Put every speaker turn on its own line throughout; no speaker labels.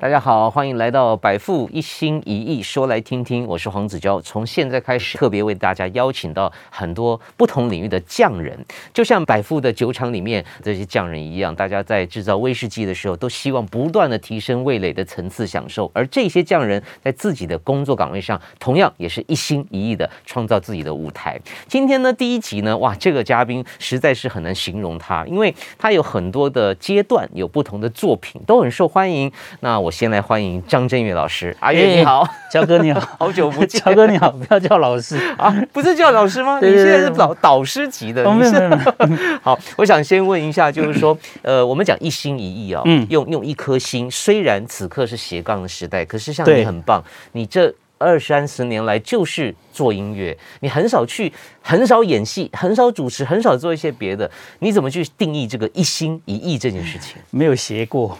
大家好，欢迎来到百富一心一意说来听听，我是黄子佼。从现在开始，特别为大家邀请到很多不同领域的匠人，就像百富的酒厂里面这些匠人一样，大家在制造威士忌的时候，都希望不断的提升味蕾的层次享受。而这些匠人在自己的工作岗位上，同样也是一心一意的创造自己的舞台。今天呢，第一集呢，哇，这个嘉宾实在是很难形容他，因为他有很多的阶段，有不同的作品，都很受欢迎。那我。先来欢迎张震岳老师，阿岳你好，
乔哥你好，
好久不见，
乔哥你好，不要叫老师
啊，不是叫老师吗？你现在是导导师级的，
哦没有没
有。 好，我想先问一下，就是说， 呃，我们讲一心一意啊，嗯，用用一颗心，虽然此刻是斜杠的时代，可是像你很棒，你这二三十年来就是做音乐，你很少去，很少演戏，很少主持，很少做一些别的，你怎么去定义这个一心一意这件事 情？
没有斜过，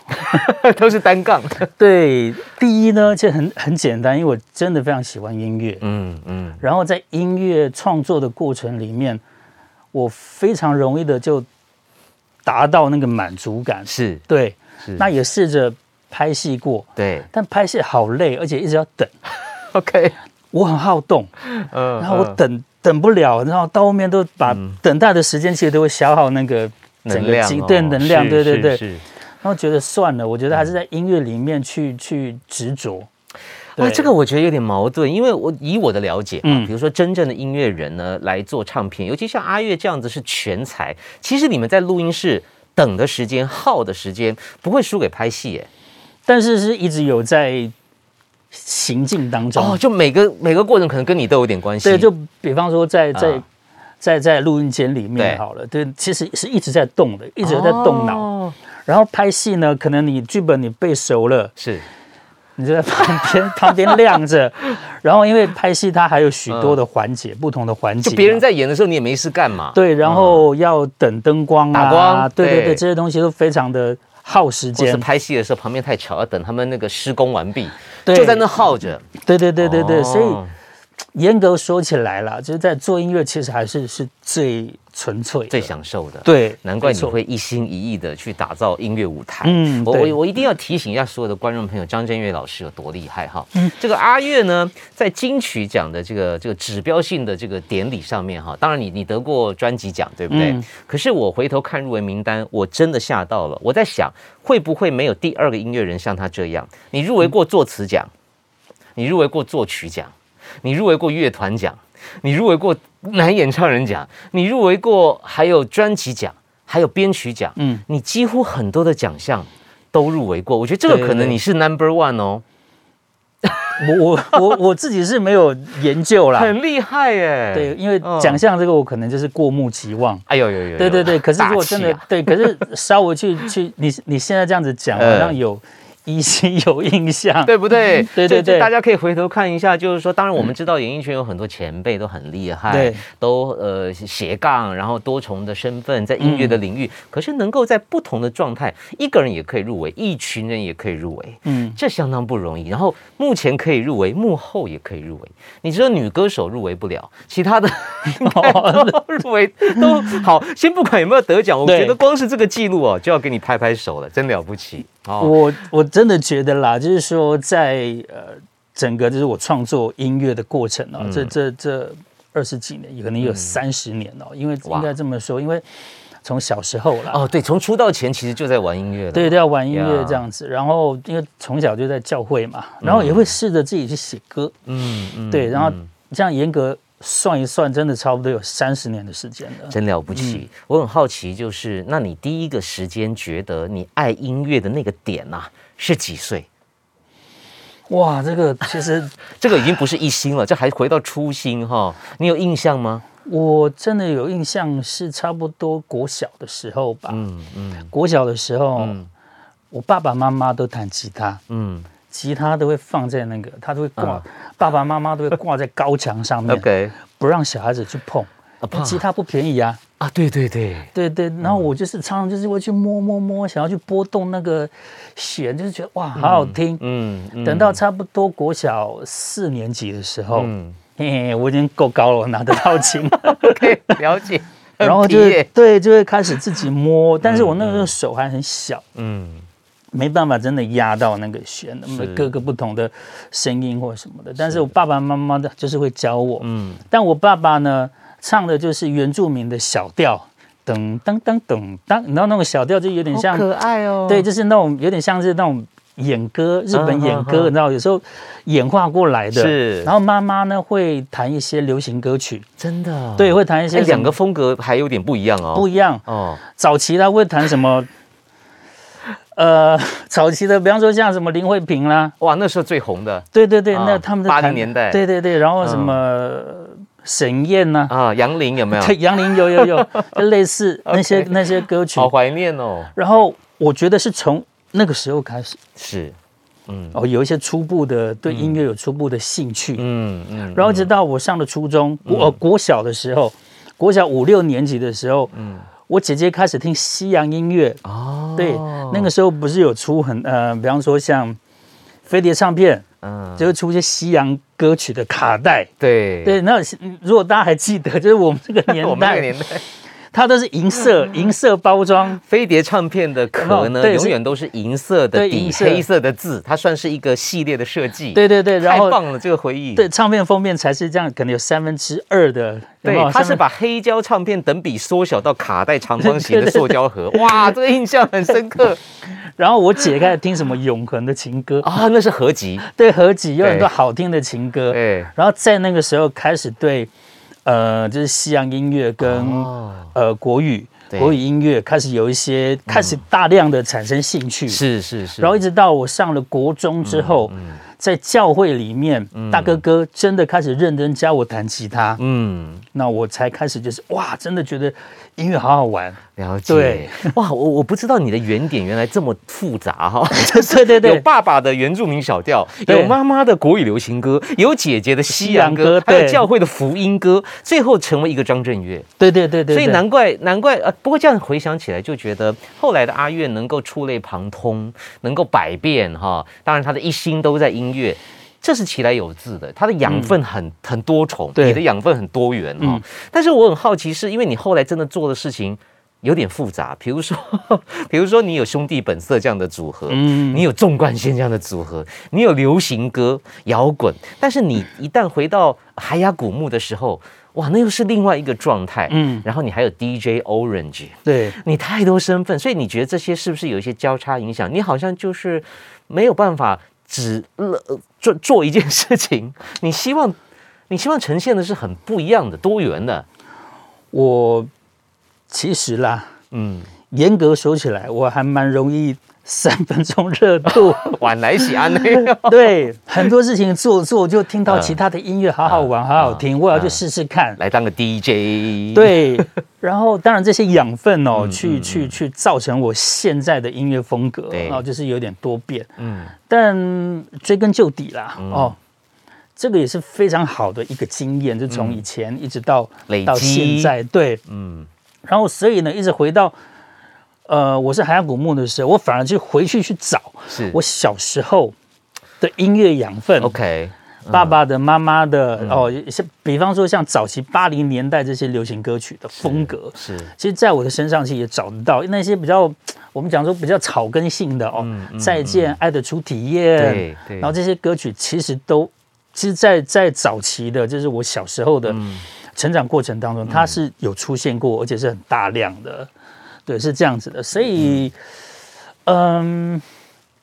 都是单杠。
对。第一呢，这很很简单，因为我真的非常喜欢音乐，嗯嗯。然后在音乐创作的过程里面，我非常容易的就达到那个满足感，
是
对。是那也试着拍戏过，
对。
但拍戏好累，而且一直要等。
OK，
我很好动，嗯，然后我等、嗯、等不了，然后到后面都把等待的时间其实都会消耗那个
整个精
对能量，哦对对对。然后觉得算了，我觉得还是在音乐里面去去执着。
啊，这个我觉得有点矛盾，因为我以我的了解
嗯
啊，比如说真正的音乐人呢来做唱片，尤其像阿月这样子是全才，其实你们在录音室等的时间、耗的时间不会输给拍戏耶，
但是是一直有在行进当中
哦，就每个每个过程可能跟你都有点关系。
对，就比方说在在。啊在在录音间里面好了，对，其实是一直在动的，一直在动脑。哦、然后拍戏呢，可能你剧本你背熟了，
是，
你就在旁 边旁边晾着。然后因为拍戏它还有许多的环节，嗯、不同的环节，
就别人在演的时候你也没事干嘛。
对，然后要等灯光
啊，打光
对对对，这些东西都非常的。耗时间，
是拍戏的时候旁边太吵，要等他们那个施工完毕，
就
在那耗着。
对对对对对，哦、所以。严格说起来啦，就是在做音乐，其实还是是最纯粹、
最享受的。
对，
难怪你会一心一意的去打造音乐舞台。嗯，我我我一定要提醒一下所有的观众朋友，张震岳老师有多厉害哈。嗯，这个阿月呢，在金曲奖的这个这个指标性的这个典礼上面哈，当然你你得过专辑奖，对不对？嗯、可是我回头看入围名单，我真的吓到了。我在想，会不会没有第二个音乐人像他这样？你入围过作词奖，你入围过作曲奖。你入围过乐团奖，你入围过男演唱人奖，你入围过还有专辑奖，还有编曲奖，嗯，你几乎很多的奖项都入围过。我觉得这个可能你是 number one 哦。
我我我我自己是没有研究 啦，
很厉害耶。
啊对，因为奖项这个我可能就是过目即忘。
哎呦呦呦！
对对对，可是如果真的、啊、对，可是稍微去去你你现在这样子 讲，好像有。呃依稀有印象，
嗯对不对？
嗯对对对，
大家可以回头看一下。就是说，当然我们知道演艺圈有很多前辈都很厉害，
对，
都呃斜杠，然后多重的身份在音乐的领域，嗯、可是能够在不同的状态，一个人也可以入围，一群人也可以入围，嗯，这相当不容易。然后目前可以入围，幕后也可以入围。你知道女歌手入围不了，其 他的入围 都好。先不管有没有得奖，我觉得光是这个记录哦，就要给你拍拍手了，真了不起。哦
Oh. 我我真的觉得啦，就是说在，在呃整个就是我创作音乐的过程哦、啊嗯，这这这二十几年，可能有三十年哦、啊，嗯、因为应该这么说，因为从小时候啦，
哦对，从出道前其实就在玩音乐了，
对，都要玩音乐这样子。然后因为从小就在教会嘛，然后也会试着自己去写歌，嗯嗯，对，然后这样严格。算一算，真的差不多有三十年的时间了，
真了不起。嗯、我很好奇，就是那你第一个时间觉得你爱音乐的那个点呐、啊，是几岁？
哇，这个其实
这个已经不是一心了，这还回到初心哈、哦。你有印象吗？
我真的有印象，是差不多国小的时候吧。嗯嗯，嗯国小的时候，嗯、我爸爸妈妈都弹吉他。嗯。吉他都会放在那个，他都会挂，嗯、爸爸妈妈都会挂在高墙上 面
，OK，
不让小孩子去碰。啊、嗯吉他不便宜啊！
啊，对对对
对对。然后我就是常常就是会去摸摸摸，想要去拨动那个弦，就是觉得哇，好好听。嗯。嗯等到差不多国小四年级的时候，嗯，嘿嘿，我已经够高了，我拿得到琴。
OK，了解。 嗯
然后就对，就会开始自己摸，但是我那个时候手还很小，嗯。没办法真的压到那个弦，那么各个不同的声音或什么的。但是我爸爸妈妈的就是会教我，嗯，但我爸爸呢唱的就是原住民的小调。噔噔噔噔噔，然后那种小调就有点像
可爱哦，
对，就是那种有点像是那种演歌，日本演歌，你知道，有时候演化过来的。
嗯是。
然后妈妈呢会弹一些流行歌曲，
真的，哎
对，会弹一些。
哦两个风格还有点不一样哦。
不一样哦。早期她会弹什 么？呃，早期的，比方说像什么林慧萍啦，
哇，那时候最红的。
对对对，那他们
啊八零年代。嗯
对对对，然后什么？沈燕呐
啊，杨林有没有？
对，杨林有 有有，就类似那些那些歌曲，
好怀念哦。
然后我觉得是从那个时候开始，
是，
嗯，哦，有一些初步的对音乐有初步的兴趣，
嗯嗯。
然后直到我上了初中，我呃国小的时候，国小五六年级的时候，嗯，我姐姐开始听西洋音乐，
哦，
对，那个时候不是有出很呃，比方说像飞碟唱片。嗯，就会出一些西洋歌曲的卡带，
嗯对
对。那嗯如果大家还记得， 就是我们这个年 代，
我们那个年嗯代，
它都是银色银色包装，
飞碟唱片的壳呢，永远都哦是银色的底，黑色的字，它算是一个系列的设计。
对对对，然后
太棒了，这个回忆。
对，唱片封面才是这样，可能有三分之二的。
对，它是把黑胶唱片等比缩小到卡带长方 形的塑胶盒。哇，这个印象很深刻。
然后我姐开始听什么永恒的情歌
啊，那是合集，
对合集有很多好听的情歌，
对。
然后在那个时候开始对，呃，就是西洋音乐跟
哦
呃国语国语音乐开始有一些开始大量的产生兴趣，
嗯是嗯是是。
然后一直到我上了国中之后，在教会里面，大哥哥真的开始认真教我弹吉他，
嗯，
那我才开始就是哇，真的觉得音乐好 好玩。
了解，哇，我我不知道你的原点原来这么复杂 哈，
对对对，
有爸爸的原住民小调，有妈妈的国语流行歌，有姐姐的西洋歌，还有教会的福音歌，最后成为一个张震岳。
对对对对，
所以难怪难怪呃，不过这样回想起来就觉得后来的阿月能够触类旁通，能够百变哈，当然他的一心都在音乐。这是其来有自的，它的养分很、嗯、很多重，你的养分很多元哈、哦。嗯、但是我很好奇是，是因为你后来真的做的事情。有点复杂，比如说， 比如说你有兄弟本色这样的组合，嗯，你有纵贯线这样的组合，你有流行歌、摇滚，但是你一旦回到海雅古墓的时候，哇，那又是另外一个状态，嗯，然后你还有 DJ Orange，
对
你太多身份，所以你觉得这些是不是有一些交叉影响？你好像就是没有办法只呃做做一件事情， 你希望你希望呈现的是很不一样的、多元的，
我。其实啦，嗯，严格说起来，我还蛮容易三分钟热度，
晚来喜安内。
对，很多事情做做就听到其他的音乐，好好玩，好好听，我要去试试看，
嗯来当个 DJ。
对，然后当然这些养分哦，
嗯
去去去造成我现在的音乐风格，啊，就是有点多变。嗯，但追根究底啦，
嗯
哦。这个也是非常好的一个经验，就从以前一直到到现在，对，嗯。然后，所以呢，一直回到，呃，我是海洋古墓的时候，我反而去回去去找我小时候的音乐养分。
OK，、
嗯、爸爸的、妈妈的，嗯、哦，像比方说像早期八零年代这些流行歌曲的风格，
是，是
其实在我的身上其实也找得到那些比较我们讲说比较草根性的哦，嗯、再见，爱的初体验，然后这些歌曲其实都，其实在，在在早期的，就是我小时候的。成长过程当中，它是有出现过，而且是很大量的，对，是这样子的。所以，嗯，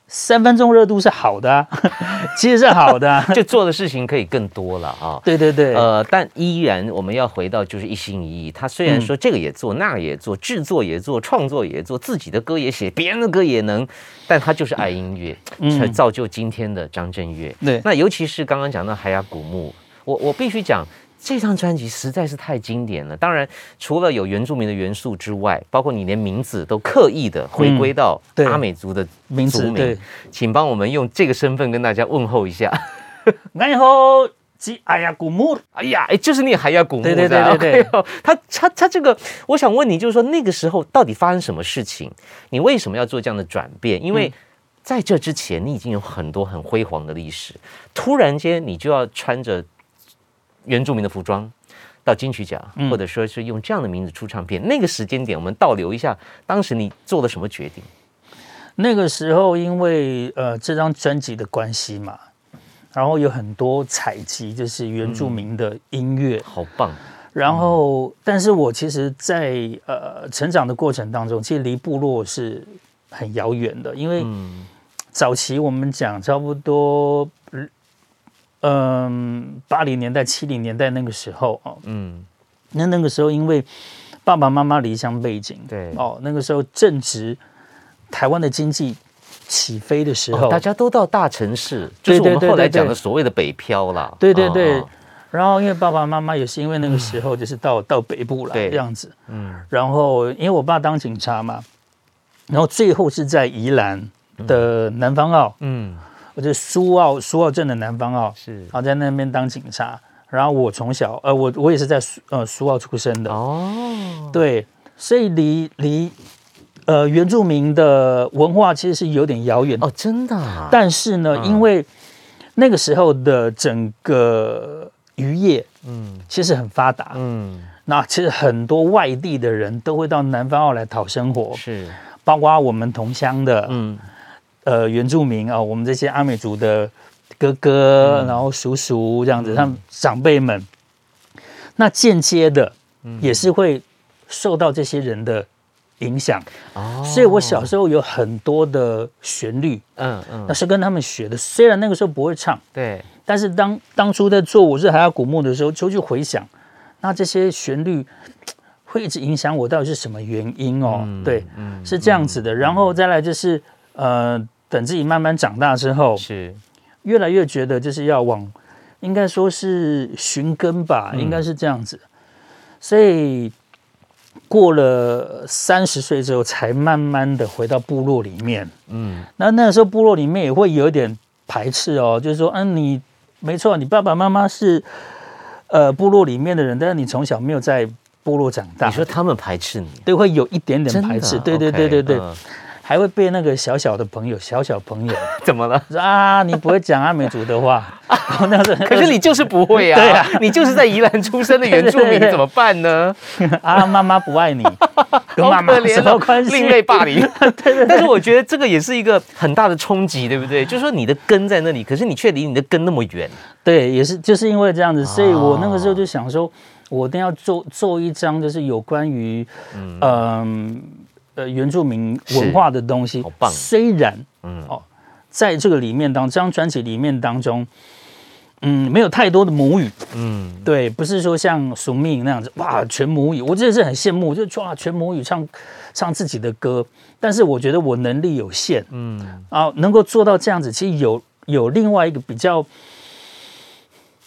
三分钟热度是好的、啊， 其实是好的、 啊，
就做的事情可以更多了啊。
对对对，
呃，但依然我们要回到就是一心一意。他虽然说这个也做，那个也做，制作也做，创作也做，自己的歌也写，别人的歌也能，但他就是爱音乐，
嗯
才造就今天的张震岳。
对，
那尤其是刚刚讲到海雅古墓，我我必须讲。这张专辑实在是太经典了。当然，除了有原住民的元素之外，包括你连名字都刻意的回归到阿美族的
嗯名
族名。
嗯、
请帮我们用这个身份跟大家问候一下。
你好，吉哎呀古木，
哎呀，哎，就是念海雅古木。
对对对对对。
啊哎他他他这个，我想问你，就是说那个时候到底发生什么事情？你为什么要做这样的转变？因为、嗯。在这之前，你已经有很多很辉煌的历史，突然间你就要穿着。原住民的服装到金曲奖，或者说是用这样的名字出唱片，嗯、那个时间点，我们倒流一下，当时你做了什么决定？
那个时候因为呃这张专辑的关系嘛，然后有很多采集就是原住民的音乐，
好棒，
然后但是我其实在，呃成长的过程当中，其实离部落是很遥远的，因为早期我们讲差不多。嗯，八零年代、七零年代那个时候哦，
嗯，
那那个时候因为爸爸妈妈离乡背景，
对
哦，那个时候正值台湾的经济起飞的时候，
哦大家都到大城市，就
对
是我们
对对
后来
对
讲的
对
所谓的北漂啦。
对对对。
哦
然后因为爸爸妈妈也是因为那个时候就是到、到北部来
对
这样子，嗯，然后因为我爸当警察嘛，然后最后是在宜兰的南方澳，
嗯，
或者苏澳苏澳镇的南方澳，
是
然后在那边当警察。然后我从小，呃，我我也是在苏呃苏澳出生的，
哦，
对，所以离离呃原住民的文化其实是有点遥远的。
哦，真的、啊，
但是呢，
嗯
因为那个时候的整个渔业
嗯
其实很发达，
嗯
那其实很多外地的人都会到南方澳来讨生活，
是，
包括我们同乡的，
嗯
呃原住民啊、我们这些阿美族的哥哥，
嗯
然后叔叔这样子，他们长辈们，那间接的
嗯
也是会受到这些人的影响，
哦，
所以我小时候有很多的旋律，
嗯
那
嗯
是跟他们学的。虽然那个时候不会唱，
对，
但是当当初在做《我是海亚古墓》的时候，就去回想，那这些旋律会一直影响我，到底是什么原因哦？对，
嗯
是这样子的。然后再来就是呃，等自己慢慢长大之后，
是
越来越觉得就是要往，应该说是寻根吧，应
嗯
该是这样子。所以过了三十岁之后，才慢慢的回到部落里面。
嗯
那那时候部落里面也会有一点排斥哦，就是说，嗯，你没错，你爸爸妈妈是呃部落里面的人，但是你从小没有在部落长大
你，说他们排斥你，
对，会有一点点
真的
排斥，
啊
对对
OK，
对对对，
嗯
还会被那个小小的朋友、小小朋友
怎么了？
说啊，你不会讲阿美族 的话，然后那时候
可是你就是不会呀、
对啊
你就是在宜兰出生的原住
对对
民，
对
怎么办呢？
啊，妈妈不爱你，跟
好
妈妈
可
有什
怜哦啊
么关系？
另类霸 凌。但是我觉得这个也是一个很大的冲击，对不 对？就是说你的根在那里，可是你却离你的根那么远。
对，也是就是因为这样子，所以我那个时候
哦
就想说，我一定要做做一张，就是有关于，嗯、呃，原住民文化的东西。
好棒
虽然哦
嗯，
在这个里面当这张专辑里面当中，嗯，没有太多的母语，
嗯，
对，不是说像署命那样子，哇，全母语，我真的是很羡慕，就哇，全母语唱唱自己的歌，但是我觉得我能力有限，嗯，啊，能够做到这样子，其实有有另外一个比较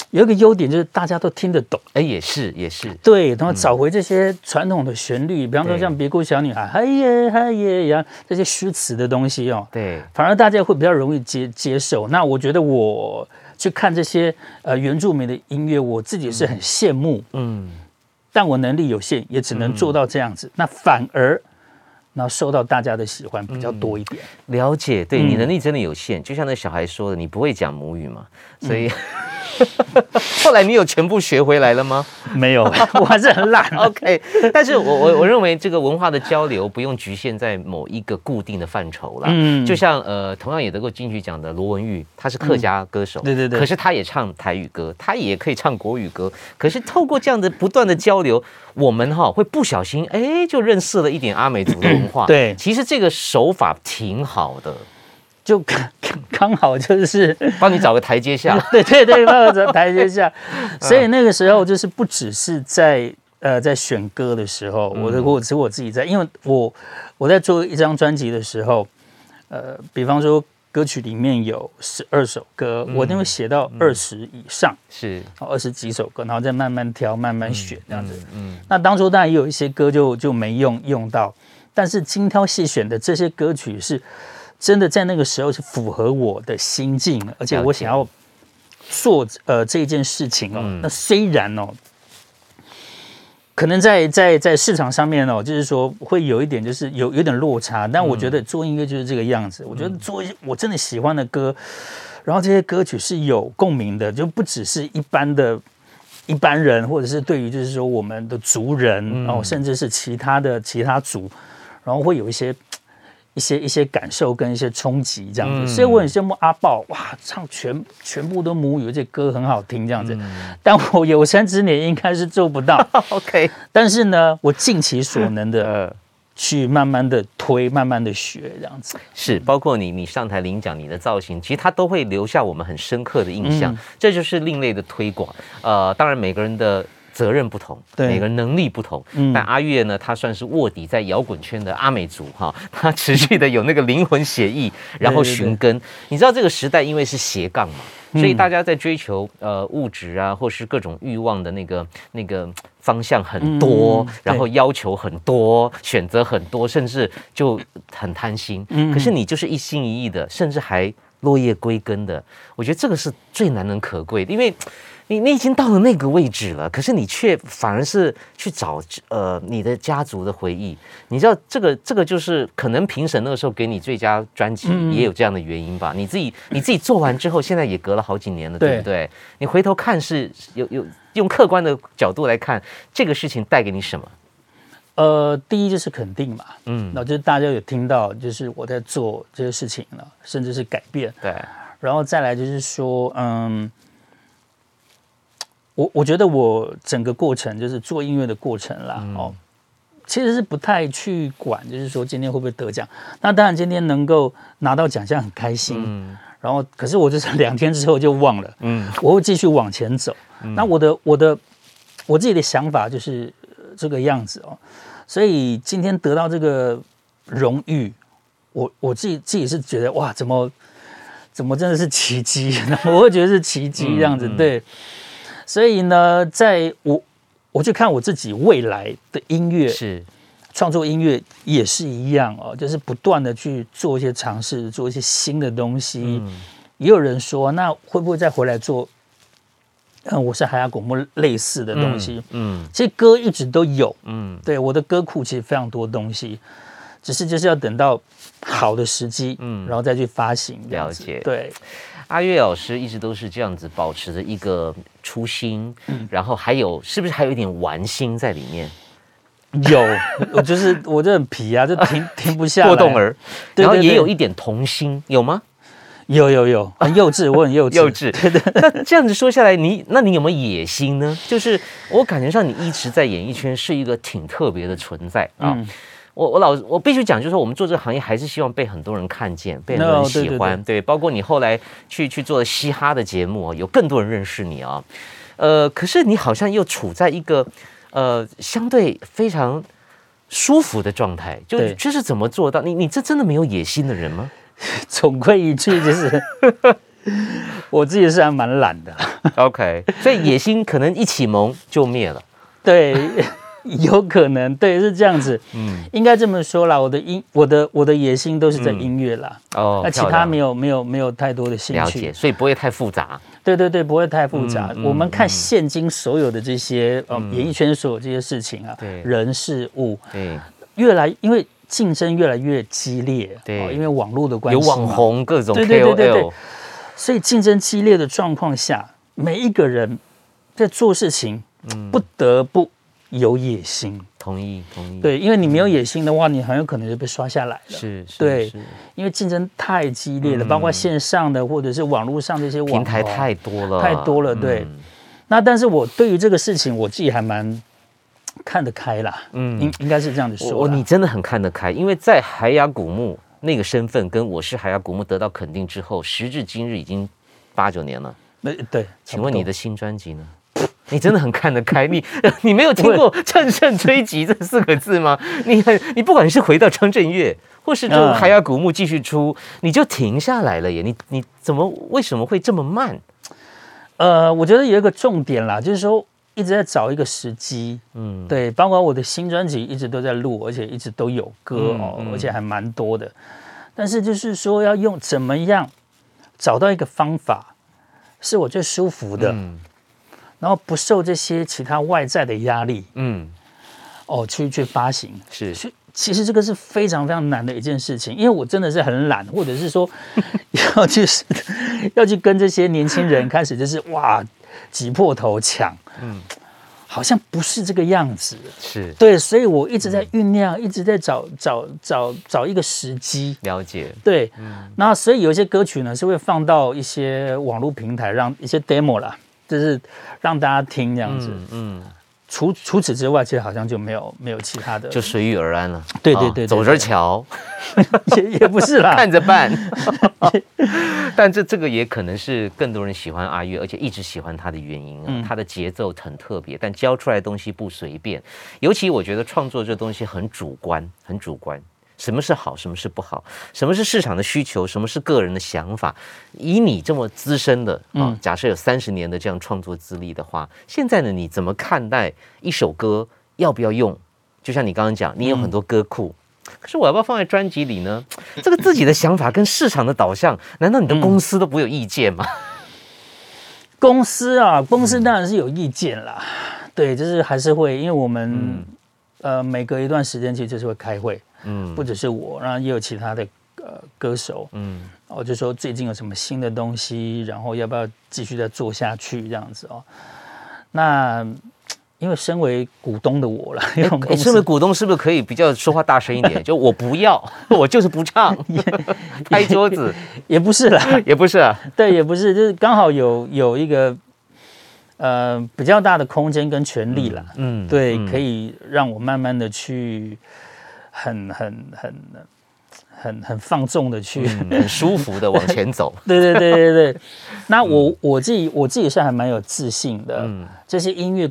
有一个优点，就是大家都听得懂，
哎，也是，也是。
对，然后找回这些传统的旋律，比方说
对
像《别哭小女孩》嗨耶嗨耶呀这些虚词的东西哦，
对，
反而大家会比较容易接接受。那我觉得我去看这些呃原住民的音乐，我自己是很羡慕，
嗯，
但我能力有限，也只能做到这样子。那反而。那受到大家的喜欢比较多一点，
了解。对你
嗯
能力真的有限，就像那小孩说的，你不会讲母语嘛，
嗯
所以 后来你有全部学回来了 吗？
嗯没有，我还是很懒。
OK，但 是我我我认为这个文化的交流不用局限在某一个固定的范畴啦。
嗯
就像呃，同样也得过金曲奖的罗文玉，他是客家歌手，
嗯对对对
可是他也唱台语歌，他也可以唱国语歌。可是透过这样的不断的交流，我们哈、会不小心哎就认识了一点阿美族的文化。
嗯对
其实这个手法挺好的，
就刚刚好就是，。
帮你找个台阶下
对对对，帮我找台阶下。所以那个时候就是不只是在呃在选歌的时候，我的我只我自己在，因为我我在做一张专辑的时候，呃，比方说歌曲里面有十二首歌，我一定会写到二十以上，
是，
哦二十几首歌，然后再慢慢挑、慢慢选这样子。
嗯，
那当初当然也有一些歌就就没用用到，但是精挑细选的这些歌曲是真的在那个时候是符合我的心境，而且
了解嗯
我想要做呃这一件事情哦。那虽然哦，可能在在在市场上面哦，就是说会有一点就是有有点落差，但
嗯
我觉得做音乐就是这个样子。我觉得做一些我真的喜欢的歌，然后这些歌曲是有共鸣的，就不只是一般的。一般人，或者是对于就是说我哦们的族人，然后甚至是其他的其他族，然后会有一些一些一些感受跟一些冲击这样子，所以我很羡慕阿豹，哇，唱全全部都母语，这歌很好听这样子。但我有生之年应该是做不到
OK，
但是呢，我尽其所能的去慢慢的推，慢慢的学这样子。
是，包括你你上台领奖，你的造型，其实它都会留下我们很深刻的印象，
嗯
这就是另类的推广。呃，当然每个人的。责任不同，
对
每个人能力不同。
嗯
但阿月呢，他算是卧底在摇滚圈的阿美族哈， 他持续的有那个灵魂写意，然后寻根。你知道这个时代因为是斜杠嘛，
嗯
所以大家在追求呃物质啊，或是各种欲望的那个那个嗯方向很多，
嗯
然后
对
要求很多，选择很多，甚至就很贪心。可是你就是一心一意的，甚至还落叶归根的，我觉得这个是最难能可贵的，因为。你你已经到了那个位置了，可是你却反而是去找呃你的家族的回忆，你知道这个这个就是可能评审那个时候给你最佳专辑也有这样的原因吧？你自己你自己做完之后，现在也隔了好几年了，对
对
不对？你回头看是有有用客观的角度来看这个事情带给你什么？
呃，第一就是肯定嘛，
嗯
嗯，那就是大家有听到，就是我在做这些事情了，甚至是改变，
对，
然后再来就是说，嗯，我我觉得我整个过程就是做音乐的过程啦，哦，其实是不太去管，就是说今天会不会得奖。那当然今天能够拿到奖项很开心，
嗯
然后可是我就是两天之后就忘了，
嗯
我会继续往前走。那我的我的我自己的想法就是呃这个样子哦，所以今天得到这个荣誉，我我自己自己是觉得哇，怎么怎么真的是奇迹， 我会觉得是奇迹这样子，
嗯嗯
对。所以呢，在我我去看我自己未来的音乐
是
创作音乐也是一样哦，就是不断的去做一些尝试，做一些新的东西。也有人说，那会不会再回来做？嗯，我是海牙古墓类似的东西。
嗯
其实歌一直都有，
嗯
对我的歌库其实非常多东西，只是就是要等到好的时机，
嗯
嗯，然后再去发行这样子。
了解
对，
阿月老师一直都是这样子，保持着一个初心，然后还有是不是还有一点玩心在里 面？
有我就是我就很皮啊，就停停 不下来。
过动，儿，
对
然后
对
也
对
有一点童心，有吗？
有有有，很幼稚，我很幼稚。
幼稚，
对对
那这样子说下来，你那你有没有野心呢？就是我感觉上你一直在演艺圈是一个挺特别的存在啊。
嗯
我我老我必须讲，就是说我们做这个行业还是希望被很多人看见，被很多人
No，对
喜
对
欢，对包括你后来去去做嘻哈的节目，啊有更多人认识你啊。呃，可是你好像又处在一个呃相对非常舒服的状态，就
对
这是怎么做到？你你这真的没有野心的人 吗
总归一句就是， 我自己是还蛮懒的，
？OK，所以野心可能一启蒙就灭了。
对，有可能对是这样子，嗯，应该这么说啦。我的音，我的我的野心都是在音乐啦，
嗯哦，
那其
漂
他
亮
没有没有没有太多的兴
了解，
趣，
所以不会太复杂。
对对对，不会太复杂。
嗯嗯嗯
我们看现今所有的这些，呃，演艺圈所有这些事情啊，
对
人事物
对，
越来因为。竞争越来越激烈，哦
对
因为网络的关
有
系嘛，
网红各种 KOL，
对对对对对所以竞争激烈的状况下，每一个人在做事情，
嗯
不得不有野心。
同意同意。，
对，因为你没有野心的话，你很有可能就被刷下来了。
是是，
对
是嗯
因为竞争太激烈了，包括线上的或者是网络上这些网
平
红
台太多了，
太多了对
嗯
那但是我对于这个事情，我自己还蛮看得开啦。嗯，应应该是这样子
我
说
我
啦。
你真的很看得开，因为在海雅古墓那个身份跟我是海雅古墓得到肯定之后，时至今日已经八九年了。
那对，
请问
差不多
你的新专辑呢？你真的很看得开，你 你没有听过“乘胜追击”这四个字吗？ 你很你不管是回到张震岳，或是就
嗯
海雅古墓继续出，你就停下来了耶！你你怎么为什么会这么慢？
呃，我觉得有一个重点啦，就是说一直在找一个时机，嗯，对，包括我的新专辑一直都在录，而且一直都有歌哦，而且还蛮多的。但是就是说要用怎么样找到一个方法，是我最舒服的，
嗯
然后不受这些其他外在的压力
嗯，
哦，去去发行。
是
所以其实这个是非常非常难的一件事情，因为我真的是很懒，或者是 说要去要去跟这些年轻人开始就是哇挤破头抢，嗯，好像不是这个样子。
是
对，所以我一直
嗯
在酝酿，一直在找找找找一个时机。
了解，
对，
嗯
那所以有一些歌曲呢是会放到一些网络平台，让一些 demo 啦，就是让大家听这样子。
嗯嗯，
除除此之外，其实好像就没有没有其他的，
就随遇而安了。
对对
啊
对对
走着瞧，
也也不是 啦
看。着办。但这这个也可能是更多人喜欢阿月，而且一直喜欢他的原因啊。他的节奏很特别，但教出来的东西不随便。尤其我觉得创作这东西很主观，很主观。什么是好，什么是不好，什么是市场的需求，什么是个人的想法。以你这么资深的啊、
嗯
假设有三十年的这样创作资历的话，现在的你怎么看待一首歌要不要用？就像你刚刚讲，你有很多歌库，可是我要不要放在专辑里呢？这个自己的想法跟市场的导向，难道你的
嗯
公司都不会有意见吗？
公司啊，公司当然是有意见啦。
嗯
对，就是还是会，因为我们、呃每隔一段时间其实就是会开会，
嗯
不只是我，然后也有其他的呃歌手，
嗯
我就说最近有什么新的东西，然后要不要继续再做下去这样子哦。那嘖因为身为股东的我了， 因为我们
诶
公
身为
司
股哎东是不是可以比较说话大声一点？就我不要， 我就是不 唱， 拍桌子
也不是啦，
也不是啊。
对，也不是，就是刚好有有一个呃比较大的空间跟权利啦，
嗯，
对，
嗯
可以让我慢慢的去很很很很很放纵的去。
嗯很舒服的往前走。
对对对 对对，那我、我自己我自己是还蛮有自信的，
嗯，
这些音乐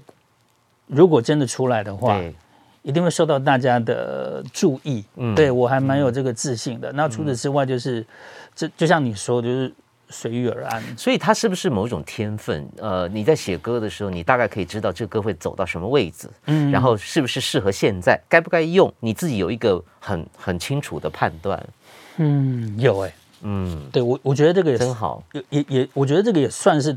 如果真的出来的话，
对，
一定会受到大家的注意。
嗯
对我还蛮有这个自信的。那除此之外，就是这就像你说，就是随遇而安。
所以它是不是某种天分？呃，你在写歌的时候，你大概可以知道这歌会走到什么位置，
嗯
然后是不是适合现在，该不该用，你自己有一个很很清楚的判断。
嗯，有哎、
嗯，
对我我觉得这个也
真好。
也也也，我觉得这个也算是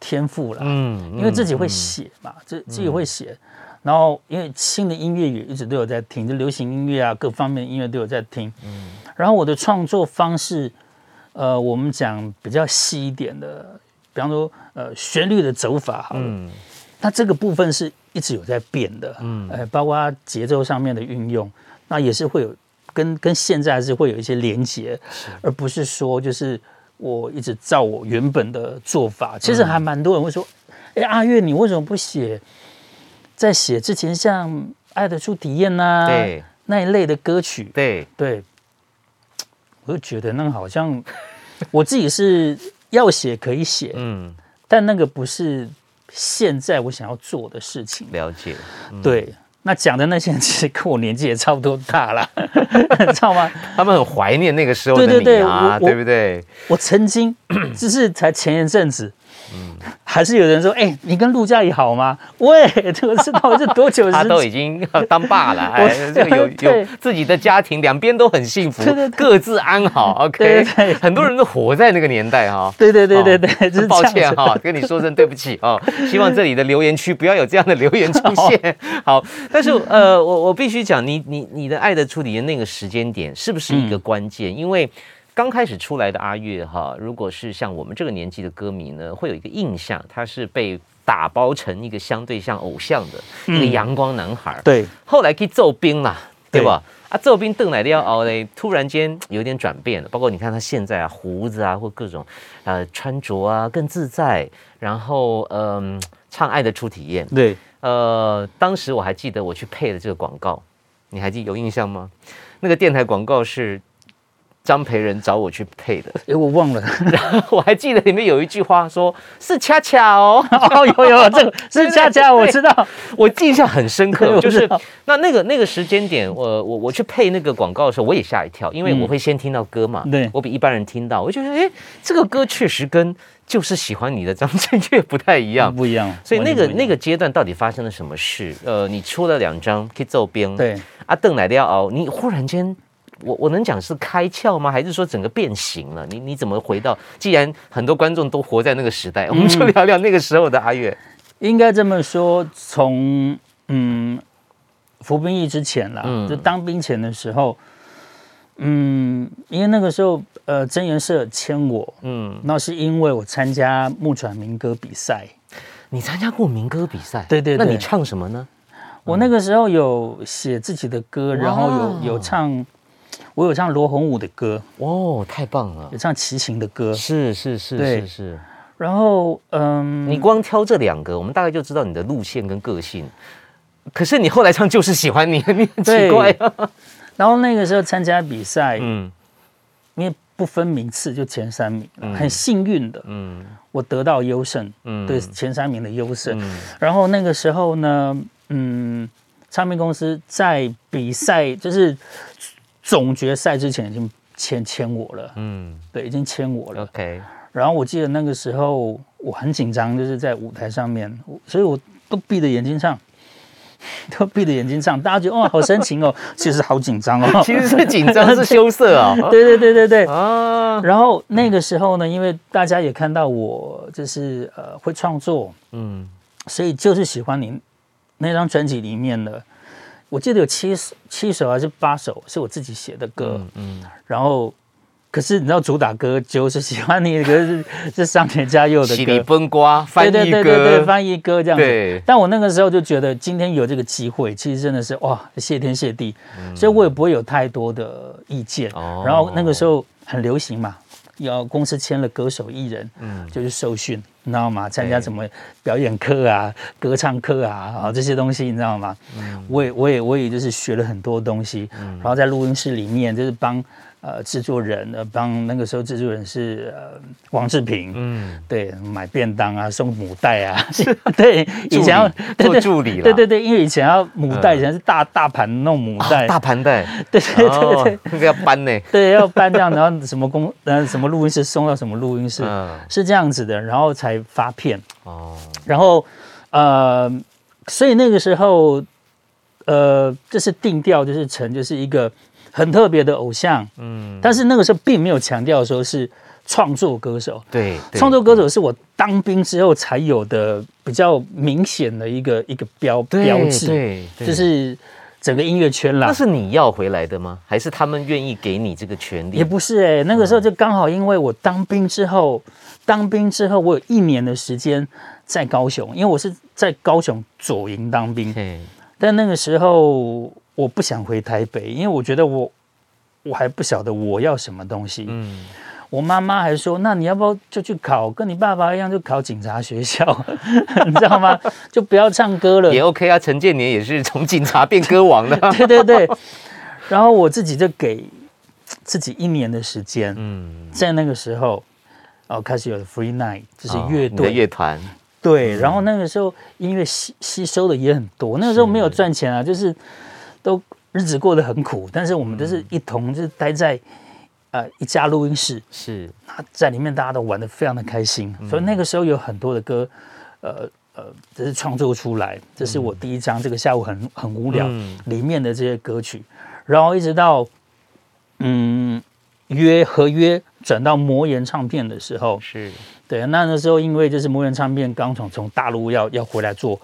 天赋啦，
嗯，
因为自己会
嗯
写嘛，自自己会写。然后，因为新的音乐也一直都有在听，就流行音乐啊，各方面的音乐都有在听。嗯。然后我的创作方式，呃，我们讲比较细一点的，比方说，呃，旋律的走法好了，
嗯
那这个部分是一直有在变的，
嗯
嗯，呃，包括节奏上面的运用，那也是会有跟跟现在还是会有一些连结，而不是说就是我一直照我原本的做法。其实还蛮多人会说，哎、阿月你为什么不写？在写之前像《爱的初体验》呐，
对
那一类的歌曲，
对，
对，我就觉得那个好像我自己是要写可以写，
嗯，
但那个不是现在我想要做的事情。
了解。
对，那讲的那些人其实跟我年纪也差不多 大了，你知道吗？
他们很怀念那个时候的
对对对
你啊，
我
对不对？
我 曾经只是才前一阵子，还是有人说：“哎、你跟陆嘉怡好吗？”喂，这个是到底是多久
他
之
都
前？
已经当爸 了，哎，这个有有
对
自己的家庭，两边都很幸福
对对，对
各自安好。OK，
对对对
很多人都活在那个年代哈。
对对对对
哦
对，就是
抱
这样
歉
子
哈、跟你说声对不起哦。希望这里的留言区不要有这样的留言出现。好，但是呃，我我必须讲，你你你的《爱的处理的那个时间点是不是一个关键？因为刚开始出来的阿月哈，如果是像我们这个年纪的歌迷呢，会有一个印象，他是被打包成一个相对像偶像的一个阳光男孩。
对，
后来去揍兵啦，对吧？啊，揍兵邓乃亮熬嘞，突然间有点转变了，包括你看他现在啊，胡子啊，或各种呃穿着啊更自在，然后嗯、唱爱的初体验，
对，
呃，当时我还记得我去配了这个广告，你还记有印象吗？那个电台广告是张培仁找我去配的，
哎，我忘了。
我还记得里面有一句话说是恰恰哦。
哦，有有，这个是佳佳，我知道。
我印象很深
对
刻，
我
就是
知道
那那个那个时间点，我我我去配那个广告的时候，我也吓一跳，因为我会先听到歌嘛，
嗯对
我比一般人听到，我就觉得哎，诶这个歌确实跟就是喜欢你的张震岳不太一样，
嗯不一样，
所以那个那
个
个阶段到底发生了什么事？呃，你出了两张《k i d s o 兵》，
对，
啊，邓乃亮熬，你忽然间。我我能讲是开窍吗？还是说整个变形了？你你怎么回到？既然很多观众都活在那个时代，我们
嗯
就聊聊那个时候的阿月。
应该这么说，从嗯服兵役之前啦，
嗯
就当兵前的时候，嗯，因为那个时候呃，真言社签我，
嗯，
那是因为我参加木船民歌比赛，
你参加过民歌比赛？
对对对
那你唱什么呢？
我那个时候有写自己的歌，然
嗯
后
哇
有有唱，我有唱罗红武的歌，
哦，太棒了
有！唱齐秦的歌，
是是是
对
是是，
然后嗯，
你光挑这两个，我们大概就知道你的路线跟个性。可是你后来唱就是喜欢你， 你很奇
对
怪啊。
然后那个时候参加比赛，
嗯
因为不分名次就前三名，
嗯
很幸运的，
嗯
我得到优胜，
嗯
对前三名的优胜。
嗯
然后那个时候呢，嗯，唱片公司在比赛就是总决赛之前已经签签我了，
嗯
对，已经签我了。
，OK，
然后我记得那个时候我很紧张，就是在舞台上面，我所以我都闭着眼睛唱。 都闭着眼睛唱，大家觉得哇、好深情哦， 其实好紧 张哦。
其实是紧张，是羞涩 啊。
对对对对对，
啊，
然后那个时候呢，因为大家也看到我就是呃会创作，
嗯
所以就是喜欢你那张专辑里面的，我记得有七首七首还是八首是我自己写的歌，
嗯嗯，
然后可是你知道主打歌就是喜欢你的歌是是上田佳佑 的
洗里
歌。
崩瓜翻
对
译歌，
对对对对，翻译歌这样
对
子。但我那个时候就觉得，今天有这个机会，其实真的是哇，谢天谢地。所以我也不会有太多的意见。
嗯哦
然后那个时候很流行嘛，要公司签了歌手艺人，
嗯
就是受训，你知道吗？参
对
加什么表演课啊、歌唱课啊，啊这些东西，你知道吗？
嗯
我也我也我也就是学了很多东西，然后在录音室里面就是帮呃制作人，呃帮那个时候制作人是呃王志平，
嗯，
对，买便当啊，送母带 啊， 对，以前要
助理
对
做
对
助理啦
对对对，因为以前要母
嗯
带，
哦
以前是大大盘弄母带，
大盘带，
对对对对
哦，那个要搬呢，
对，要搬这样，然后什么公 呃什么录音室送到什么录音室，
嗯
是这样子的，然后才发片，
哦，
然后呃，所以那个时候呃，就是定调就是陈就是一个很特别的偶像，
嗯，
但是那个时候并没有强调说是创作歌手，
对，对
创作歌手是我当兵之后才有的比较明显的一个一个标
对
标志，
对，对嗯
就是整个音乐圈啦
那。是你要回来的吗？还是他们愿意给你这个权利？
也不是哎、那个时候就刚好因为我当兵之后，当兵之后我有一年的时间在高雄，因为我是在高雄左营当兵，
对，
但那个时候我不想回台北，因为我觉得我我还不晓得我要什么东西。
嗯，
我妈妈还说，那你要不要就去考，跟你爸爸一样就考警察学校， 你知道吗？就不要唱歌了。
也 OK 啊。陈建年也是从警察变歌王的啊，
对对对。然后我自己就给自己一年的时间，
嗯，
在那个时候，哦，开始有了 free night，就是乐
哦你的
队，
乐嗯团，
对。然后那个时候音乐吸吸收的也很多，那个时候没有赚钱啊，就是都日子过得很苦，但是我们都
嗯
是一同就是待在呃一家录音室，
是
那在里面大家都玩的非常的开心，所以那个时候有很多的歌，呃呃，这是创作出来，这是我第一张这个下午很很无聊、
嗯
里面的这些歌曲，然后一直到嗯约合约转到魔岩唱片的时候，
是，
对，那那时候因为就是魔岩唱片刚从从大陆要要回来做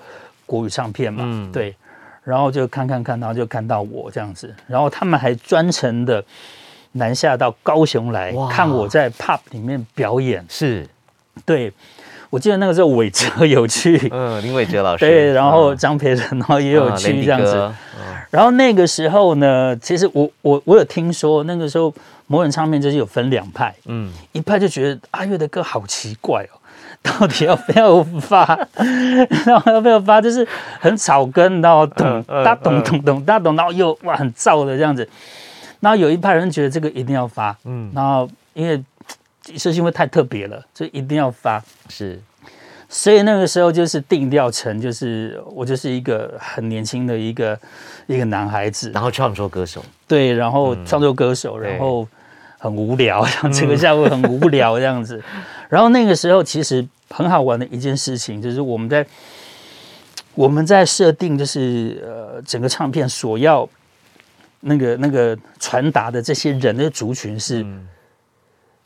国语唱片嘛，
嗯
对，然后就看看看，然后就看到我这样子，然后他们还专程的南下到高雄来
哇
看我在 pub 里面表演。
是，
对，我记得那个时候伟哲有 去，
嗯，林伟哲老师，
对，然后
嗯
张培仁然后也有
啊
去
雷迪
这样子，
哥嗯
然后那个时候呢，其实我我我有听说那个时候魔人唱片就是有分两派，
嗯，
一派就觉得阿月的歌好奇怪哦， 到底要不要发？ 然后要不要发？就是很草根，然后咚
嗯
哒咚
嗯
咚咚哒咚，然后又哇很燥的这样子。然后有一派人觉得这个一定要发，
嗯
嗯，然后因为是因为太特别了，所以一定要发。
是，
所以那个时候就是定调成，就是我就是一个很年轻的一个一个男孩子，
然后创作歌手，
对，然后创作歌手，
嗯对嗯
然后很无聊，像这个下午很无聊这样子。然后那个时候其实很好玩的一件事情，就是我们在我们在设定，就是呃整个唱片所要那个那个传达的这些人的族群是
嗯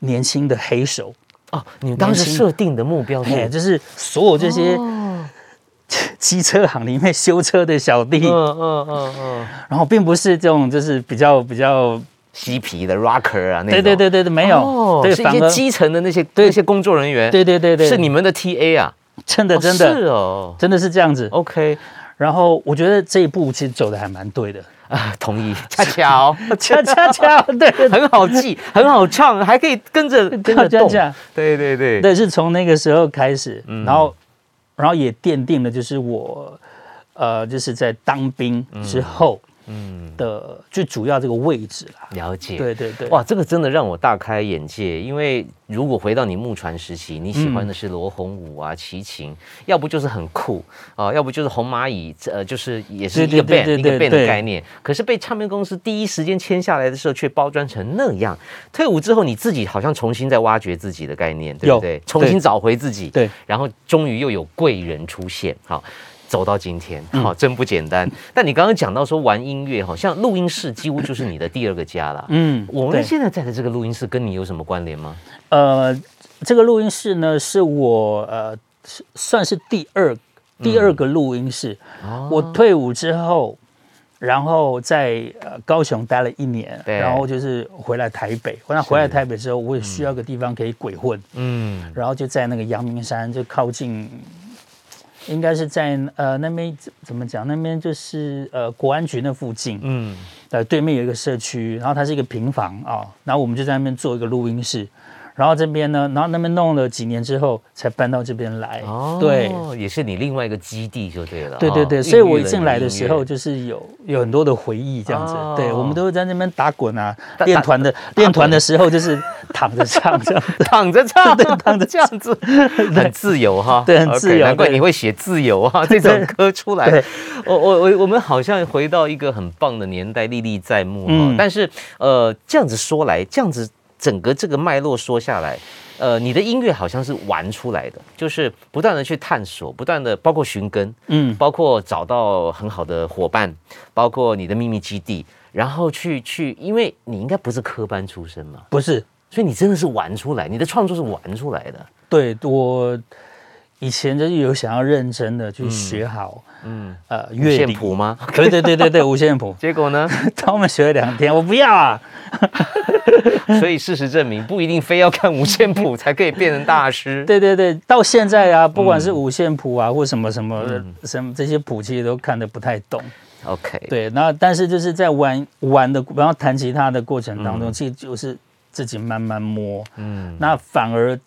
年轻的黑手，
哦，你当时
年轻
设定的目标
哎，
是
就是所有这些 机车行里面修车的小弟，
嗯嗯嗯嗯，
然后并不是这种就是比较比较。
嬉皮的 rocker 啊，那
对对
种，
对对对，没有，
哦
对，
是一些基层的那些那些工作人员，
对对对对，
是你们的 TA 啊，
真的真的
是哦，
真的是这样子。
OK
然后我觉得这一步其实走的还蛮对的，
啊，同意， 恰巧
恰恰恰对对
很好记，很好唱，还可以跟 着跟着
恰
动。
恰
对对对，
对，是从那个时候开始，然后然后也奠定了就是我呃就是在当兵之后
嗯，
的最主要这个位置啦。
了解。
对对对，
哇，这个真的让我大开眼界，因为如果回到你木船时期，你喜欢的是罗红舞啊、齐
嗯
秦，要不就是很酷啊、要不就是红蚂蚁，呃，就是也是一
对
个
对
band
对
一个
对
band 的
对
概念。可是被唱片公司第一时间签下来的时候，却包装成那样。退伍之后，你自己好像重新在挖掘自己的概念，对不
有
对？重新
对
找回自己。
对，
然后终于又有贵人出现，好。走到今天，
嗯
好、真不简单。但你刚刚讲到说玩音乐，好像录音室几乎就是你的第二个家了。
嗯，
我
对
们现在在的这个录音室跟你有什么关联吗？
呃，这个录音室呢，是我呃是算是第二第二个录音室。
哦
我退伍之后，然后在呃高雄待了一年，
对
然后就是回来台北。那回来台北之后，我也需要个地方可以鬼混，
嗯，
然后就在那个阳明山，就靠近。应该是在呃那边怎怎么讲？那边就是呃国安局那附近，
嗯，
呃，对面有一个社区，然后它是一个平房啊、然后我们就在那边做一个录音室，然后这边呢，然后那边弄了几年之后才搬到这边来。
哦，
对，，
也是你另外一个基地就对了。
对对
哦
对，所以
孕
我
育
一
了
进来的时候
音乐
就是有有很多的回忆这样子。
哦
对，我们都会在那边打滚啊，
打。
练团的练团的时候就是躺着唱这样子
躺着唱，
对躺着
这样 子，很自由哈，
对很自
OK，
由
难怪
对
你会写自由啊这首歌出来
对。
我我我我们好像回到一个很棒的年代，历历在目哈
嗯。
但是呃，这样子说来，这样子整个这个脉络说下来。呃，你的音乐好像是玩出来的，就是不断的去探索，不断的包括寻根，
嗯，
包括找到很好的伙伴，包括你的秘密基地，然后去去，因为你应该不是科班出身嘛，
不是，
所以你真的是玩出来，你的创作是玩出来的。
对我以前就是有想要认真的去学好，
嗯，
呃，乐
线
理。
谱吗？，
对对对对对，五线谱
结果呢？
他们学了两天，我不要啊。
所以事实证明，不一定非要看五线谱才可以变成大师。
对对对，到现在啊，不管是五线谱啊，或什么什么的什么这些谱，其实都看得不太懂。
，OK，
对，那但是就是在玩玩的，然后弹吉他的过程当中，其实就是自己慢慢摸，
嗯，
那反而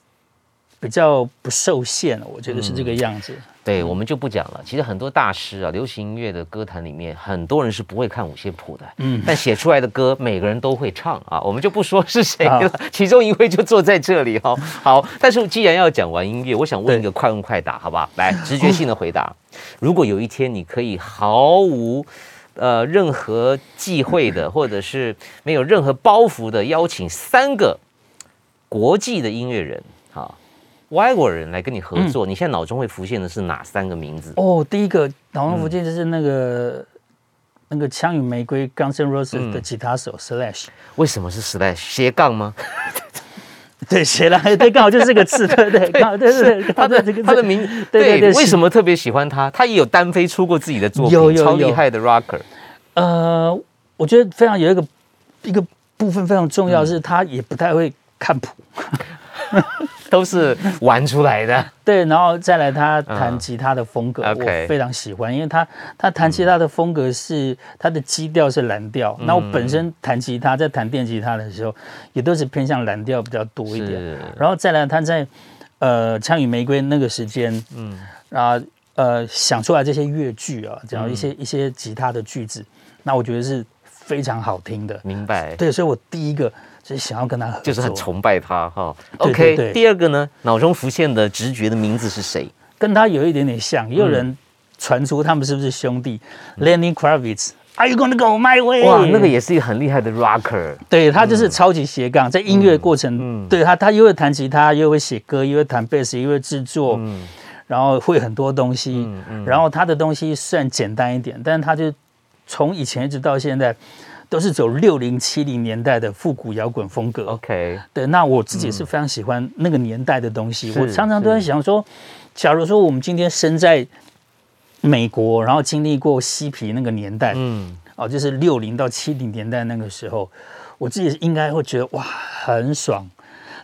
比较不受限，我觉得是这个样子。
对，我们就不讲了。其实很多大师啊，流行音乐的歌坛里面，很多人是不会看五线谱的，嗯，但写出来的歌，每个人都会唱啊。我们就不说是谁了，其中一位就坐在这里哈、好，但是既然要讲完音乐，我想问一个快问快答，好不好？来，直觉性的回答。如果有一天你可以毫无呃任何忌讳的，或者是没有任何包袱的邀请三个国际的音乐人，哈、外国人来跟你合作，你现在脑中会浮现的是哪三个名字？
哦，第一个脑中福建就是那个、那个《枪与玫瑰》Guns N' Roses 的吉他手 Slash，、
为什么是 slash 斜杠吗？
对，写了，对，刚好就是这个字，对对，刚好对对对，
他的
这个字
他的名
对对对
为什么特别喜欢他？他也有单飞出过自己的作
有
品，
有
超厉
有
害的 rocker。
呃，我觉得非常有一个一个部分非常重要，是他也不太会看谱，
都是玩出来 的，
对，然后再来他弹吉他的风格，
嗯
我
OK
非常喜欢，因为他他弹吉他的风格是、他的基调是蓝调，
嗯
那、我本身弹吉他在弹电吉他的时候，也都是偏向蓝调比较多一点，
是
然后再来他在呃《枪与玫瑰》那个时间，嗯，啊呃想出来这些乐句啊，讲一些、
嗯
一些吉他的句子，那我觉得是非常好听的，
明白，
对，所以我第一个就是想要跟他合作，
就是很崇拜他哈。
对
OK，
对对
第二个呢，脑中浮现的直觉的名字是谁？
跟他有一点点像。也有
嗯
人传出他们是不是兄弟、l e n n y Kravitz。Are you gonna go my way？
哇，那个也嗯是一个很厉害的 rocker，
对他就是超级斜杠，在音乐过
嗯
程，对他，他又会弹吉他，又会写歌，又会弹贝斯，又会制作，
嗯
然后会很多东西。然后他的东西虽然简单一点，但是他就从以前一直到现在，都是走六零七零年代的复古摇滚风格。
OK，
对，那我自己是非常喜欢那个年代的东西。
嗯是
我常常都在想说，假如说我们今天身在美国，然后经历过嬉皮那个年代，
嗯，
哦，就是六零到七零年代那个时候，我自己应该会觉得哇，很爽。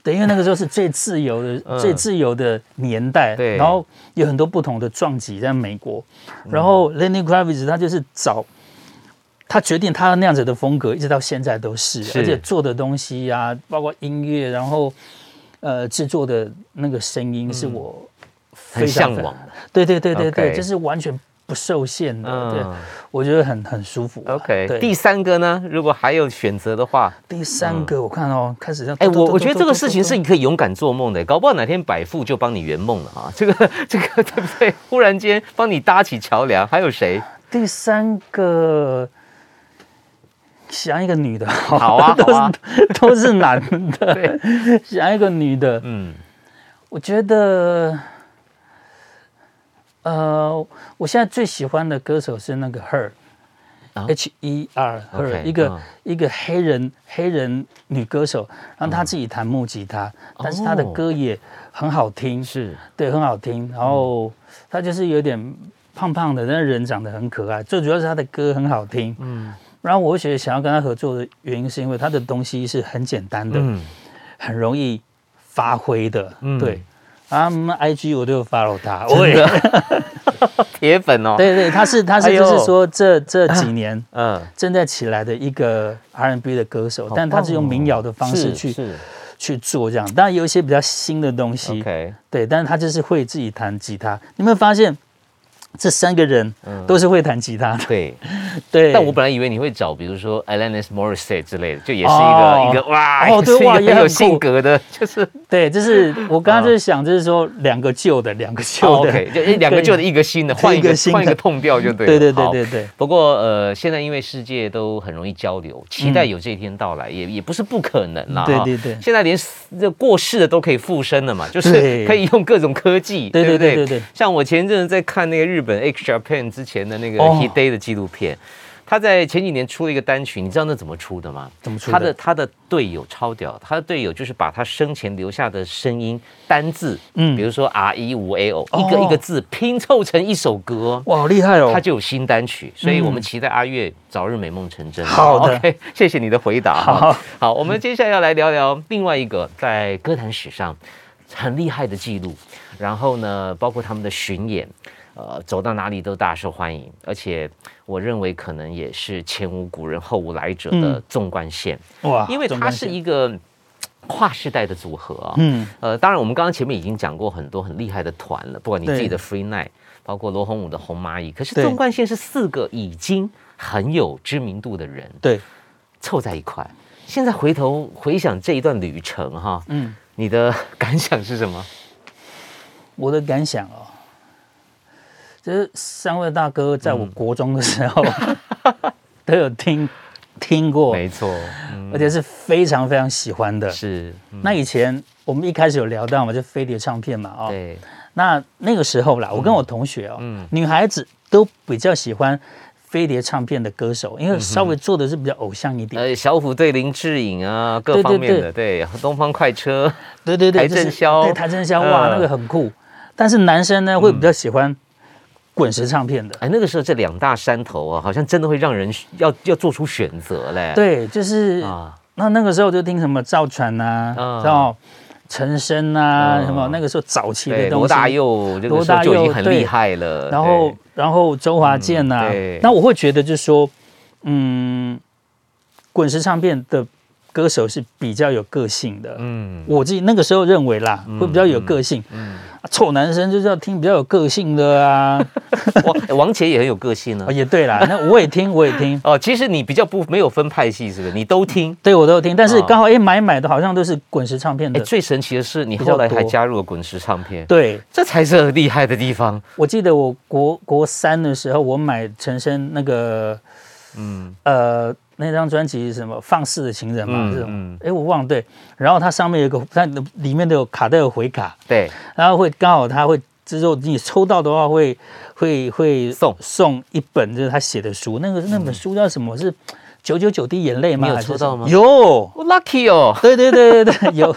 对，因为那个时候是最自由的、
嗯
最自由的年代，
对嗯
然后有很多不同的撞击在美国，然后 Lenny Kravitz 他就是找。他决定他那样子的风格，一直到现在都是，
是
而且做的东西啊，包括音乐，然后呃制作的那个声音，是我
嗯
非
很
常
向往的。
对对对对对，
OK
就是完全不受限的，
嗯
对我觉得很很舒服啊、
OK，
对，
第
第
三个呢？如果还有选择的话，
第三个我看哦，开始这样，
嗯哎，
嘟嘟
我
嘟
我觉得
嘟
这个
嘟
事
嘟
情
嘟
是你可以勇敢做梦的，搞不好哪天百富就帮你圆梦了啊！这个 这个对不对？忽然间帮你搭起桥梁，还有谁？
第三个，想一个女的，好
啊
都
好啊
是都是男 的，想一个女的，
嗯，
我觉得，呃，我现在最喜欢的歌手是那个 Her。
啊
H E R her
OK，
一个
嗯
一个黑人黑人女歌手，然后她自己弹木吉他，但是她的
哦
歌也很好听，
是嗯
对，很好听。然后他就是有点胖胖的，但是人长得很可爱。最主要是他的歌很好听。嗯。然后我会觉得想要跟他合作的原因，是因为他的东西是很简单的，
嗯
很容易发挥的。
嗯
对。啊、嗯、，IG 我都有 follow 他，我也
铁粉哦，，
对对，他是他是
哎
就
呦
是说这这几年
嗯，
正在起来的一个 R&B 的歌手，但他是用民谣的方式去
哦是
去做这样，当然有一些比较新的东
是
西。
OK，
对，但是他就是会自己弹吉他。你有没有发现，这三个人
嗯
都是会弹吉他 的？
对。
对，
但我本来以为你会找，比如说 Alanis Morissette 之类的，就也是一个、
哦
一个哇，
哦
是
对
一个
哇也
很有
很
性
酷
格的，就是
对，就是我刚刚就是想，就是说两个旧的，两个旧的，
啊哦 OK，就两哎个旧的，一个新的，换一
一
个
个新的
换一个痛调就对了。
对对
好
对对对，
不过呃，现在因为世界都很容易交流，期待有这一天到来，也也不是不可能啦。
对
哈
对对
现在连死这过世的都可以附身了嘛，就是
对
可以用各种科技，
对
不
对
对
对对对
像我前阵子在看那个日本 X Japan 之前的那个
哦
Hit Day 的纪录片。他在前几年出了一个单曲，你知道那怎么出的吗？
怎么出的
他的他的队友超屌，他的队友就是把他生前留下的声音单字，嗯，
嗯哦
比如说 R E 五 A O，一个一个字拼凑成一首歌哦。
哇，好厉害哦
他！就有新单曲，所以我们
嗯
期待阿月早日美梦成真。
好的
o k 谢谢你的回答。啊
好
好，我们接下来要来聊聊另外一个在歌坛史上很厉害的记录，然后呢，包括他们的巡演，呃，走到哪里都大受欢迎，而且我认为可能也是前无古人后无来者的
嗯
纵贯线，
哇，
因为
总
它
感
是
觉
一个嘖跨世代的组合啊、
嗯
呃，当然我们刚刚前面已经讲过很多很厉害的团了，不管你自己的 Free Night，包括罗红武的红蚂蚁，可是
对
纵贯线是四个已经很有知名度的人
对，
凑在一块。现在回头回想这一段旅程哈，
嗯，
你的 感想是什么？
我的感想哦。就是三位大哥在我国中的时 候、都有听听过，
没错，嗯，
而且是非常非常喜欢的。
是，嗯
那以前我们一开始有聊到嘛，就飞碟唱片嘛，哦，
对，
那那个时候啦，我跟我同学哦，女孩子都比较喜欢飞碟唱片的歌手，因为稍微做的是比较偶像一点。
呃，小虎队、林志颖啊，各
对对
方面的，对，东方快车，
对对对，
邰
就是
正宵
对邰正宵，
嗯
哇，那个很酷。但是男生呢，会比较喜欢滚石唱片的。
哎，那个时候这两大山头啊，好像真的会让人要要做出选择嘞，
对，就是
啊，
那那个时候就听什么赵传呐，
嗯
然后陈升啊，
嗯
什么那个时候早期的
对，
东
罗
西，
大佑这个
罗
时候
大
就已
佑
经很
对
厉害了，
然后然后周华健呐、
嗯对
那我会觉得就是说，嗯，滚石唱片的歌手是比较有个性的。
嗯，
我自己那个时候认为啦，会比较有个性。啊臭男生就是要听比较有个性 的啊。
王王杰也很有个性呢
哦，。也对啦，那我也听，我也听，
哦，其实你比较不没有分派系，是不是？你都听。
对我都有听。但是
哦
刚好哎买买的好像都是滚石唱片
哎，
的。
最神奇的是，你
嗯比较
后来还
多
加入了滚石唱片，
对，
这才是厉害的地方。
我记得我国国三的时候，我买陈升那个，嗯，呃，那张专辑是什么《放肆的情人》嘛
嗯，
这
嗯
种，哎，我忘了对。然后它上面有一个，它里面都有卡带有回卡，
对，
然后会刚好它会之后你抽到的话会会会
送嗯
送一本就是他写的书，那个那本书叫什么？是九九九滴眼泪吗？
你有抽到吗
还是什么有，
我 lucky 哦，
对对对对对，有！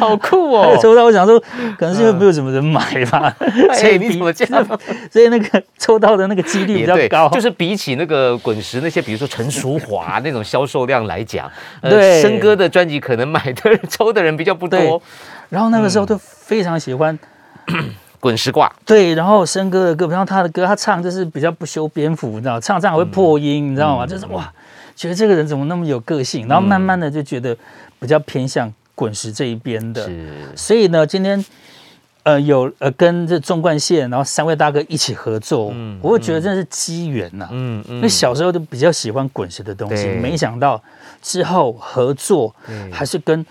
好酷 哦 嗯
抽到。我想说，可能是因为没有什么人买吧，所
哎
以
你怎
比
么这样？
所以那个抽到的那个几率比较
对，
高，
就是比起那个滚石那些，比如说陈淑华那种销售量来讲，
对
森哥的专辑可能买的 抽的人比较不
对
多。
然后那个时
嗯
候就非常喜欢。
滚石挂，
对，然后森哥的歌，然后他的歌，他唱就是比较不修边幅，你知道，唱唱还会破音，你知
嗯
道吗？就是哇，觉得这个人怎么那么有个性，然后慢慢的就觉得比较偏向滚石这一边的。
是
所以呢，今天呃有呃跟这纵贯线，然后三位大哥一起合作，我会觉得真的是机缘呐、
嗯嗯
因为小时候就比较喜欢滚石的东西，
对
没想到之后合作还是跟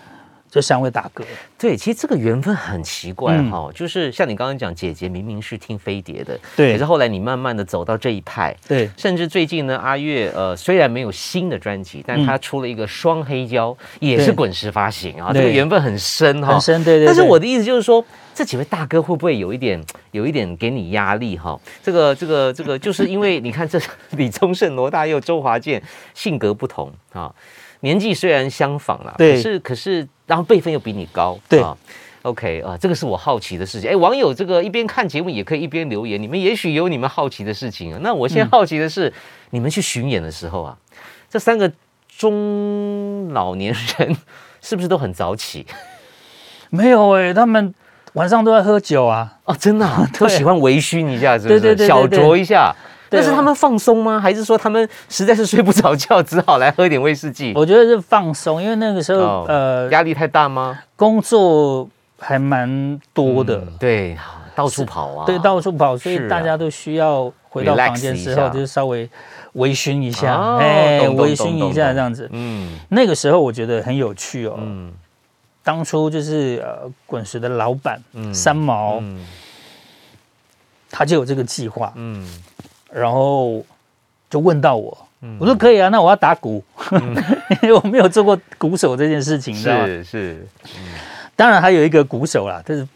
这三位大哥，
对，其实这个缘分很奇怪
嗯
哈、就是像你刚刚讲，姐姐明明是听飞碟的，
对
可是后来你慢慢的走到这一派，
对
甚至最近呢，阿月呃虽然没有新的专辑，但她出了一个双黑胶，也是
对
滚石发行啊，
嗯对
这个缘分很深哈、
很深对对
但是
对
我的意思就是说，这几位大哥会不会有一点 有一点给你压力哈、这个这个这个，就是因为你看这 李宗盛、罗大佑、周华健性格不同啊，年纪虽然相仿啦，
对
可是可是然后辈分又比你高，
对
OK 啊，这个是我好奇的事情。哎，网友这个一边看节目也可以一边留言，你们也许有你们好奇的事情啊。那我现在好奇的
嗯
是，你们去巡演的时候啊，这三个中老年人是不是都很早起？
没有哎、他们晚上都在喝酒啊。
哦，真的啊、 都喜欢微醺一下，是不是？
对对对对
小酌一下。
对
但是他们放松吗？还是说他们实在是睡不着觉，只好来喝点威士忌？
我觉得是放松，因为那个时候、
哦
呃
压力太大吗？
工作还蛮多的，
嗯对，到处跑啊，
呃对，到处跑，所
是
以
啊
大家都需要回到
哦 Relax
房间之
一
后，
下
就是稍微微醺一下，
哦
哎、
懂懂
微醺一下
懂懂
这样子。
嗯
那个时候我觉得很有趣哦，
嗯
当初就是呃滚石的老板、三毛，
嗯
他就有这个计划，
嗯，
然后就问到我。我说可以啊，那我要打鼓，因为我没有做过鼓手这件事情，你知道吗？
是是，
当然还有一个鼓手啦，就是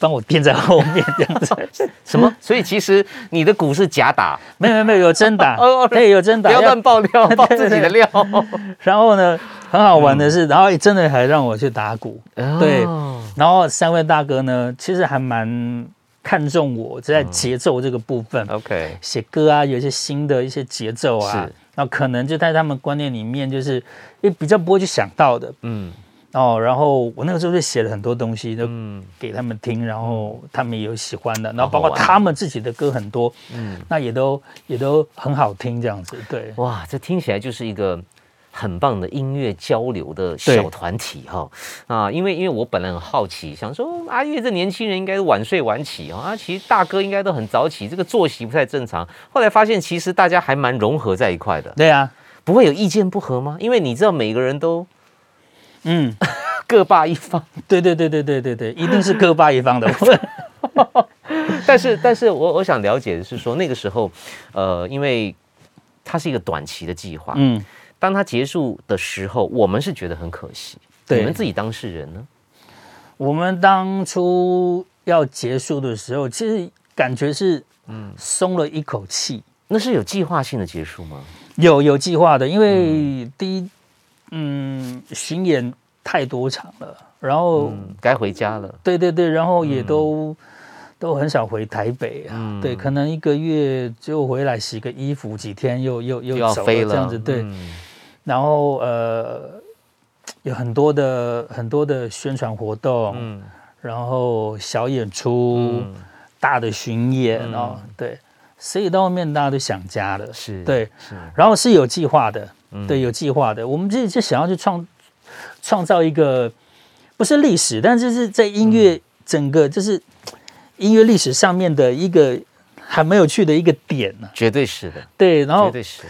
帮我垫在后面这样子。
什么？ 所以其实你的鼓是假 打，
没有没有没有有真打
哦哦，
对有真
不
打。
要
要
乱爆料，爆
对
自己的料。
然后呢，很好玩的是，然后真的还让我去打鼓。对
嗯哦
然后三位大哥呢，其实还蛮看重我在节奏这个部分，
，OK，
写歌啊，有一些新的一些节奏啊
是，
那可能就在他们观念里面，就是也比较不会去想到的
嗯
哦。然后我那个时候就写了很多东西，就
嗯
给他们听，然后他们也有喜欢的，然后包括
好好玩
他们自己的歌很多，
嗯，
那也都也都很好听这样子，对，
哇，这听起来就是一个很棒的音乐交流的小团体哈、啊！因为因为我本来很好奇，想说阿月这年轻人应该是晚睡晚起哦啊，其实大哥应该都很早起，这个作息不太正常。后来发现其实大家还蛮融合在一块的，
对啊，
不会有意见不合吗？因为你知道每个人都
嗯，
各霸一方，
对对对对对对对，一定是各霸一方的，
但是但是我我想了解的是说那个时候，呃，因为它是一个短期的计划，
嗯，
当它结束的时候，我们是觉得很可惜。
对
你们自己当事人呢？
我们当初要结束的时候，其实感觉是，嗯，松了一口气，
那是有计划性的结束吗？
有有计划的，因为第一，嗯，巡演太多场了，然后
嗯，该回家了。
对对对，然后也都、都很少回台北啊、
嗯
对，可能一个月就回来洗个衣服，几天又又又
又要
走
飞了，
这样子对。
嗯
然后呃，有很多的很多的宣传活动，
嗯
然后小演出、大的巡演
嗯
哦，对，所以到后面大家都想家了，
是
对，
是，
然后是有计划的，
嗯
对，有计划的。我们这就想要去创创造一个，不是历史，但就是在音
嗯
乐整个就是音乐历史上面的一个还蛮有趣的一个点呢、
绝对是的，
对，
绝
然后
对是。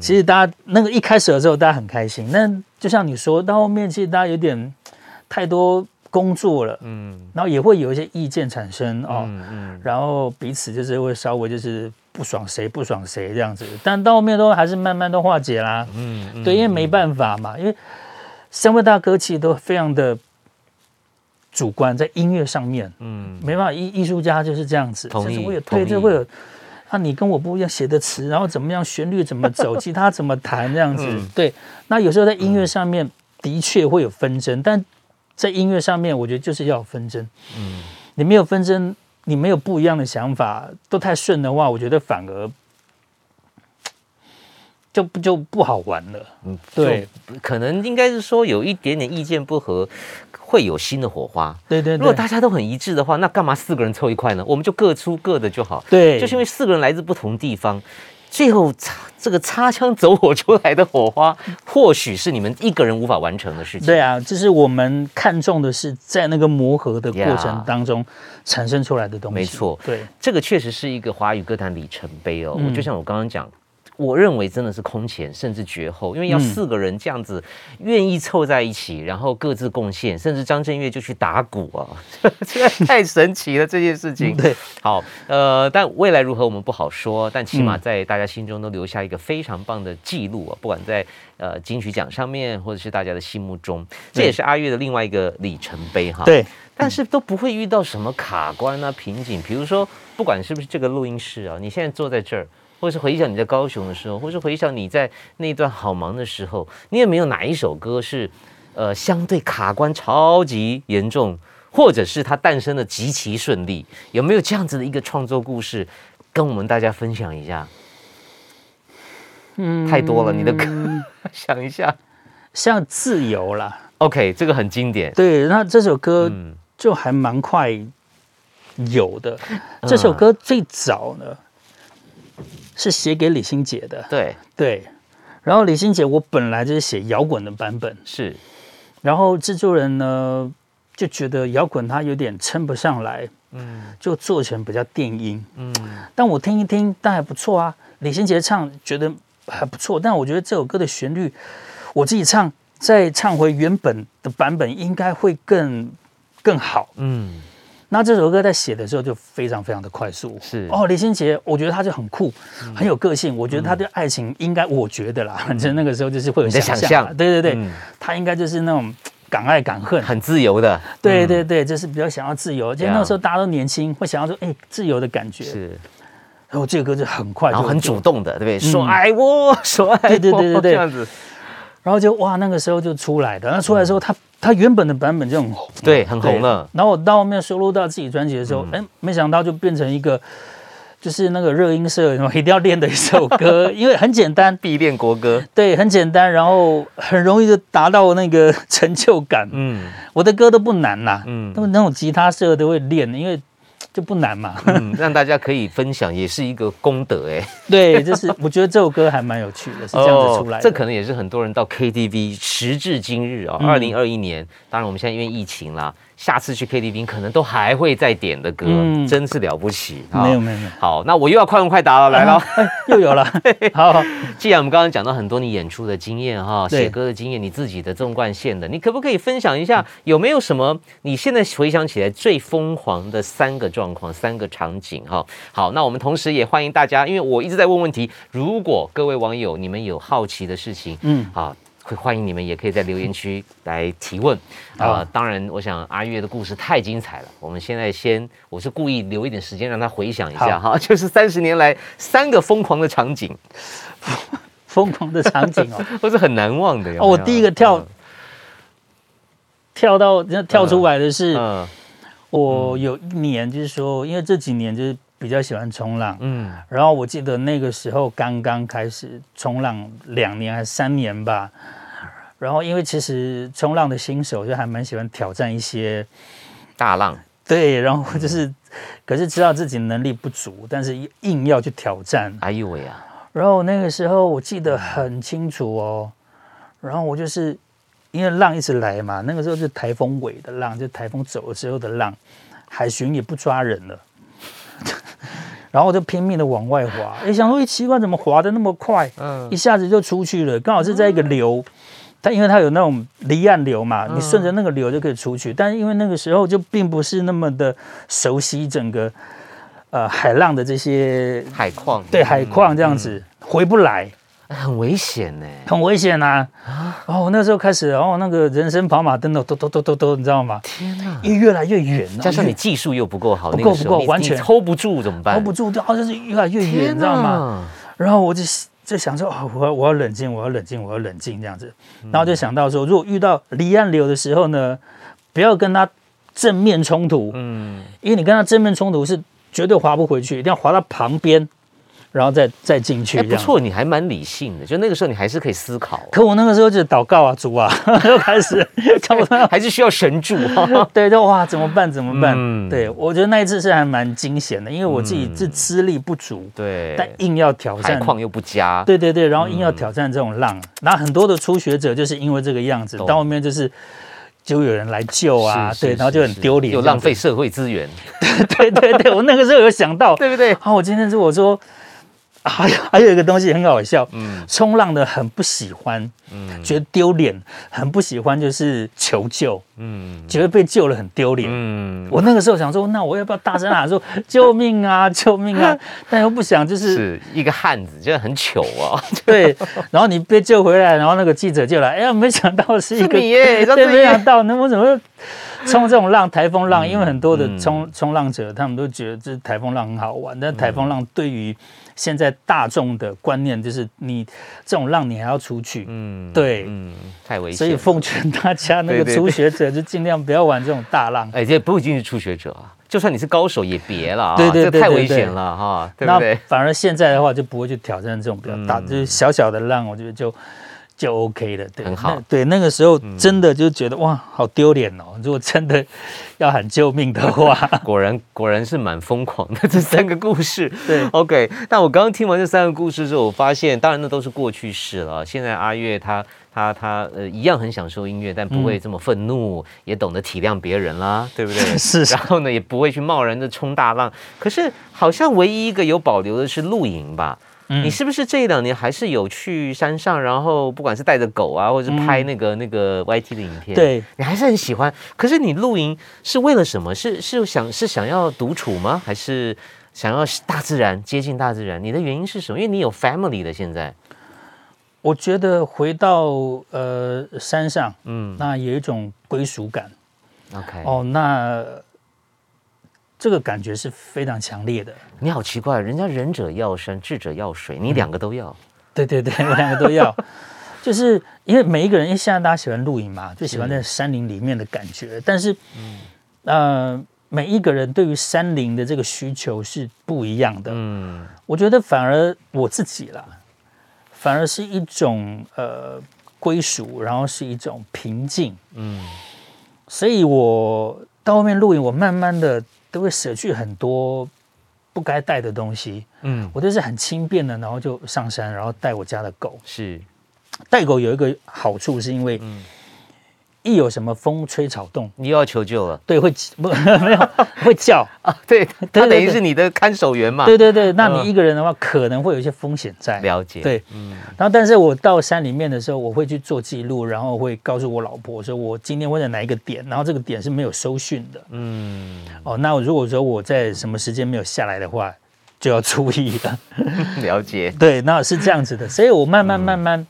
其实大家那个一开始的时候大家很开心，但就像你说到后面，其实大家有点太多工作了，
嗯
然后也会有一些意见产生哦。
嗯嗯，
然后彼此就是会稍微就是不爽谁不爽谁这样子，但到后面都还是慢慢都化解啦。
嗯
嗯，对，因为没办法嘛，因为三位大哥其实都非常的主观，在音乐上面，嗯，没办法，艺艺术家就是这样子，
嗯同意
就是会有
同意
对，这会有。啊，你跟我不一样写的词，然后怎么样旋律怎么走，吉他怎么弹这样子。
嗯
对，那有时候在音乐上面的确会有纷争，但在音乐上面，我觉得就是要有纷争。嗯，你没有纷争，你没有不一样的想法，都太顺的话，我觉得反而就不就不好玩了。嗯，对，
就可能应该是说有一点点意见不合，会有新的火花。
对对
如果
对，
大家都很一致的话，那干嘛四个人凑一块呢？我们就各出各的就好。
对
就是因为四个人来自不同地方，最后擦这个擦枪走火出来的火花，或许是你们一个人无法完成的事情。
对啊，就是我们看重的是在那个磨合的过程
Yeah
当中产生出来的东西。
没错
对，
这个确实是一个华语歌坛里程碑哦。
嗯
我就像我刚刚讲。我认为真的是空前，甚至绝后，因为要
嗯
四个人这样子愿意凑在一起，然后各自贡献，甚至张震岳就去打鼓啊， 这个太神奇了这件事情。
对，
好，呃，但未来如何我们不好说，但起码
嗯
在大家心中都留下一个非常棒的记录啊，不管在呃金曲奖上面，或者是大家的心目中，这也是阿月的另外一个里程碑哈。
对，
但是都不会遇到什么卡关啊、瓶颈。比如说，不管是不是这个录音室啊，你现在坐在这儿，或是回想你在高雄的时候，或是回想你在那段好忙的时候，你有没有哪一首歌是呃相对卡关超级严重，或者是它诞生的极其顺利？有没有这样子的一个创作故事？跟我们大家分享一下，
嗯
太多了，你的歌想一下。
像自 由啦，
OK，这个很经典。
对，那这首歌
嗯
就还蛮快有的。
嗯
这首歌最早呢是写给李心洁的，
对，
对。然后李心洁我本来就是写摇滚的版本，
是，
然后制作人呢就觉得摇滚它有点撑不上来，
嗯
就做成比较电音。
嗯，
但我听一听，但还不错啊。李心洁唱觉得还不错，但我觉得这首歌的旋律，我自己唱再唱回原本的版本，应该会更更好。
嗯，
那这首歌在写的时候就非常非常的快速。
是嗯
哦，李心洁，我觉得她就很酷，很有个性。我觉得她对爱情应该，我觉得啦，反正那个时候就是会有
你的
想
想
象啊。
象
对对对
嗯，
她应该就是那种敢爱敢恨，
很自由的。嗯
对
啊
对对，就是比较想要自由。而且那时候大家都年轻，会想要说，哎，自由的感觉。
是，
然后这个歌就很快，
然后很主。动的，对不对？
嗯
说爱我， 说爱我，
对对对对对
这样子，
然后就哇，那个时候就出来的。那出来之后，他他原本的版本就很红，
对，嗯很红了。嗯
然后我到后面收录到自己专辑的时候，哎、没想到就变成一个，就是那个热音社然后一定要练的一首 歌，因为很简单，
必练国歌，
对，很简单，然后很容易就达到那个成就感。
嗯
我的歌都不难啦，
嗯
嗯，那么那种吉他社都会练，因为就不难嘛。
嗯， 让大家可以分享，也是一个功德哎。
对，就是我觉得这首歌还蛮有趣的，是这样子出来的。
哦这可能也是很多人到 KTV，时至今日啊、2
嗯
二零二一年，当然我们现在因为疫情啦，下次去 KTV 可能都还会再点的歌，
嗯
真是了不起啊！
没有没有没有，
好，那我又要快问快答了， 来了。
哎，又有 了，好好。
既然我们刚刚讲到很多你演出的经验哈，
对
写歌的经验，你自己的纵贯线的，你可不可以分享一下，有没有什么你现在回想起来最疯狂的三个状况、三个场景哈？好，那我们同时也欢迎大家，因为我一直在问问题，如果各位网友你们有好奇的事情，
嗯
啊。会欢迎你们，也可以在留言区来提问啊、当然，我想阿月的故事太精彩了，我们现在先，我是故意留一点时间让他回想一下哈， 就是三十年来三个疯狂的场景。
疯狂的场景 哦。
都是很难忘的。有没有
哦，我第一个跳、，
嗯
跳到跳出来的是，
嗯
我有一年就是说，因为这几年就是比较喜欢冲浪，
嗯
然后我记得那个时候刚刚开始冲浪两年还是三年吧，然后因为其实冲浪的新手就还蛮喜欢挑战一些
大浪，
对，然后就是。可是知道自己能力不足，但是硬要去挑战，
哎呦喂啊，
然后那个时候我记得很清楚哦，然后我就是因为浪一直来嘛，那个时候是台风尾的浪，就台风走了之后的浪，海巡也不抓人了， 然后我就拼命的往外滑，哎，想说哎奇怪怎么滑的那么快，
嗯
一下子就出去了，刚好是在一个流。它因为它有那种离岸流嘛，你顺着那个流就可以出去，但是因为那个时候就并不是那么的熟悉整个呃海浪的这些
海况，嗯
对海况这样子、回不来，
很危险呢、
很危险呐、啊。哦，那时候开始，然、后那个人生跑马灯哦，咚咚咚咚咚，你知道吗？
天哪！
越越来越远了，
加上
越
你技术又不够好，
不够
那个时候
不够
你
完
你
全
hold 不住怎么办
hold 不住，就好像是越来越
天
远，
哪
你知道吗？？然后我就就想说，哦，我要我要冷静，我要冷静，我要冷静这样子。
嗯
然后就想到说，如果遇到离岸流的时候呢，不要跟他正面冲突，
嗯，
因为你跟他正面冲突是绝对滑不回去，一定要滑到旁边，然后再再进去
哎，
这
不
样。
错，你还蛮理性的，就那个时候你还是可以思考，啊
可我那个时候就祷告啊，主啊， 又 开始看不到。
还是需要神助啊哈。
对，就哇，怎么办？怎么办？
嗯
对我觉得那一次是还蛮惊险的，因为我自己是资历不足，
对，
但硬要挑
海啊
战
况又不佳，
对对对，然后硬要挑战这种浪，然后很多的初学者就是因为这个样子，
懂
到后面就是就有人来救啊，
是是
对，然后就是很
是
丢脸，
又浪费。社会资源，
对对对，我那个时候有想 到，
对不对？
啊，我今天如果说。啊还有还有一个东西很好笑，
嗯
冲浪的很不喜欢，
嗯
觉得丢脸，很不喜欢就是求救，
嗯
觉得被救了很丢脸。
嗯，
我那个时候想说，那我要不要大声喊说 救命啊， 救命啊？但又不想，就是
是一个汉子，真的很糗啊。
对，然后你被救回来，然后那个记者就来，哎呀，没想到是一
是
个，
你耶 张
对，
志
没
毅
想到，那我怎么会冲这种浪，台风浪？因为很多的
嗯
冲冲浪者，他们都觉得这台风浪很好玩，但台风浪对于现在大众的观念就是，你这种浪你还要出去，
嗯，
对
嗯，太危险。
所以奉劝大家那
对
个
对
初学者就尽量不要玩这种大浪。
哎，这不一定是初学者啊，就算你是高手也别了啊，
对对
这
对
太
对
危
对
险了哈，对不
那
对？
反而现在的话就不会去挑战这种比较大，
嗯
就是小小的浪，我觉得就就 OK 了。对，
很好
那对，那个时候真的就觉得、哇，好丢脸
嗯
哦！如果真的要喊救命的话，
果然果然是蛮疯狂的这三个故事。
对
OK，那我刚刚听完这三个故事之后，我发现，当然那都是过去式了啊。现在阿月他他他呃一样很享受音乐，但不会这么愤怒，
嗯
也懂得体谅别人啦，对不 对？
是
然后呢，也不会去贸然的冲大浪。可是好像唯一一个有保留的是露营吧？
嗯
你是不是这一两年还是有去山上，然后不管是带着狗啊，或者是拍那个、那个 YT 的影片？。
对。
你还是很喜欢。可是你露营是为了什么？是是想是想要独处吗？还是想要大自然接近大自然？你的原因是什么？因为你有 family 的现在，
我觉得回到呃山上，
嗯
那有一种归属感
，OK，哦，
哦，那这个感觉是非常强烈的。
你好奇怪，人家仁者要山，智者要水，你两个都要，
对对对，我两个都 要。就是因为每一个人，因为现在大家喜欢露营嘛，就喜欢
是嗯
在山林里面的感觉。但是，呃，每一个人对于山林的这个需求是不一样的。
嗯
我觉得反而我自己啦，反而是一种呃归属，然后是一种平静。
嗯
所以我到后面露营，我慢慢的都会舍去很多不该带的东西。
嗯，
我都是很轻便的，然后就上山，然后带我家的狗。
是，
带狗有一个好处，是因为
嗯
一有什么风吹草动，
你又要求救了
对，会不 没有会叫，
啊？对，
对
他等于
对
是你的看守员嘛，
对对对。那
嗯
你一个人的话，可能会有一些风险在。
了解，，
对，
嗯
然后但是我到山里面的时候，我会去做记录，然后会告诉我老婆说，我今天会在哪一个点，然后这个点是没有收讯的。
嗯，
哦，那如果说我在什么时间没有下来的话，就要注意了。
了解，
对，那是这样子的，所以我慢慢慢慢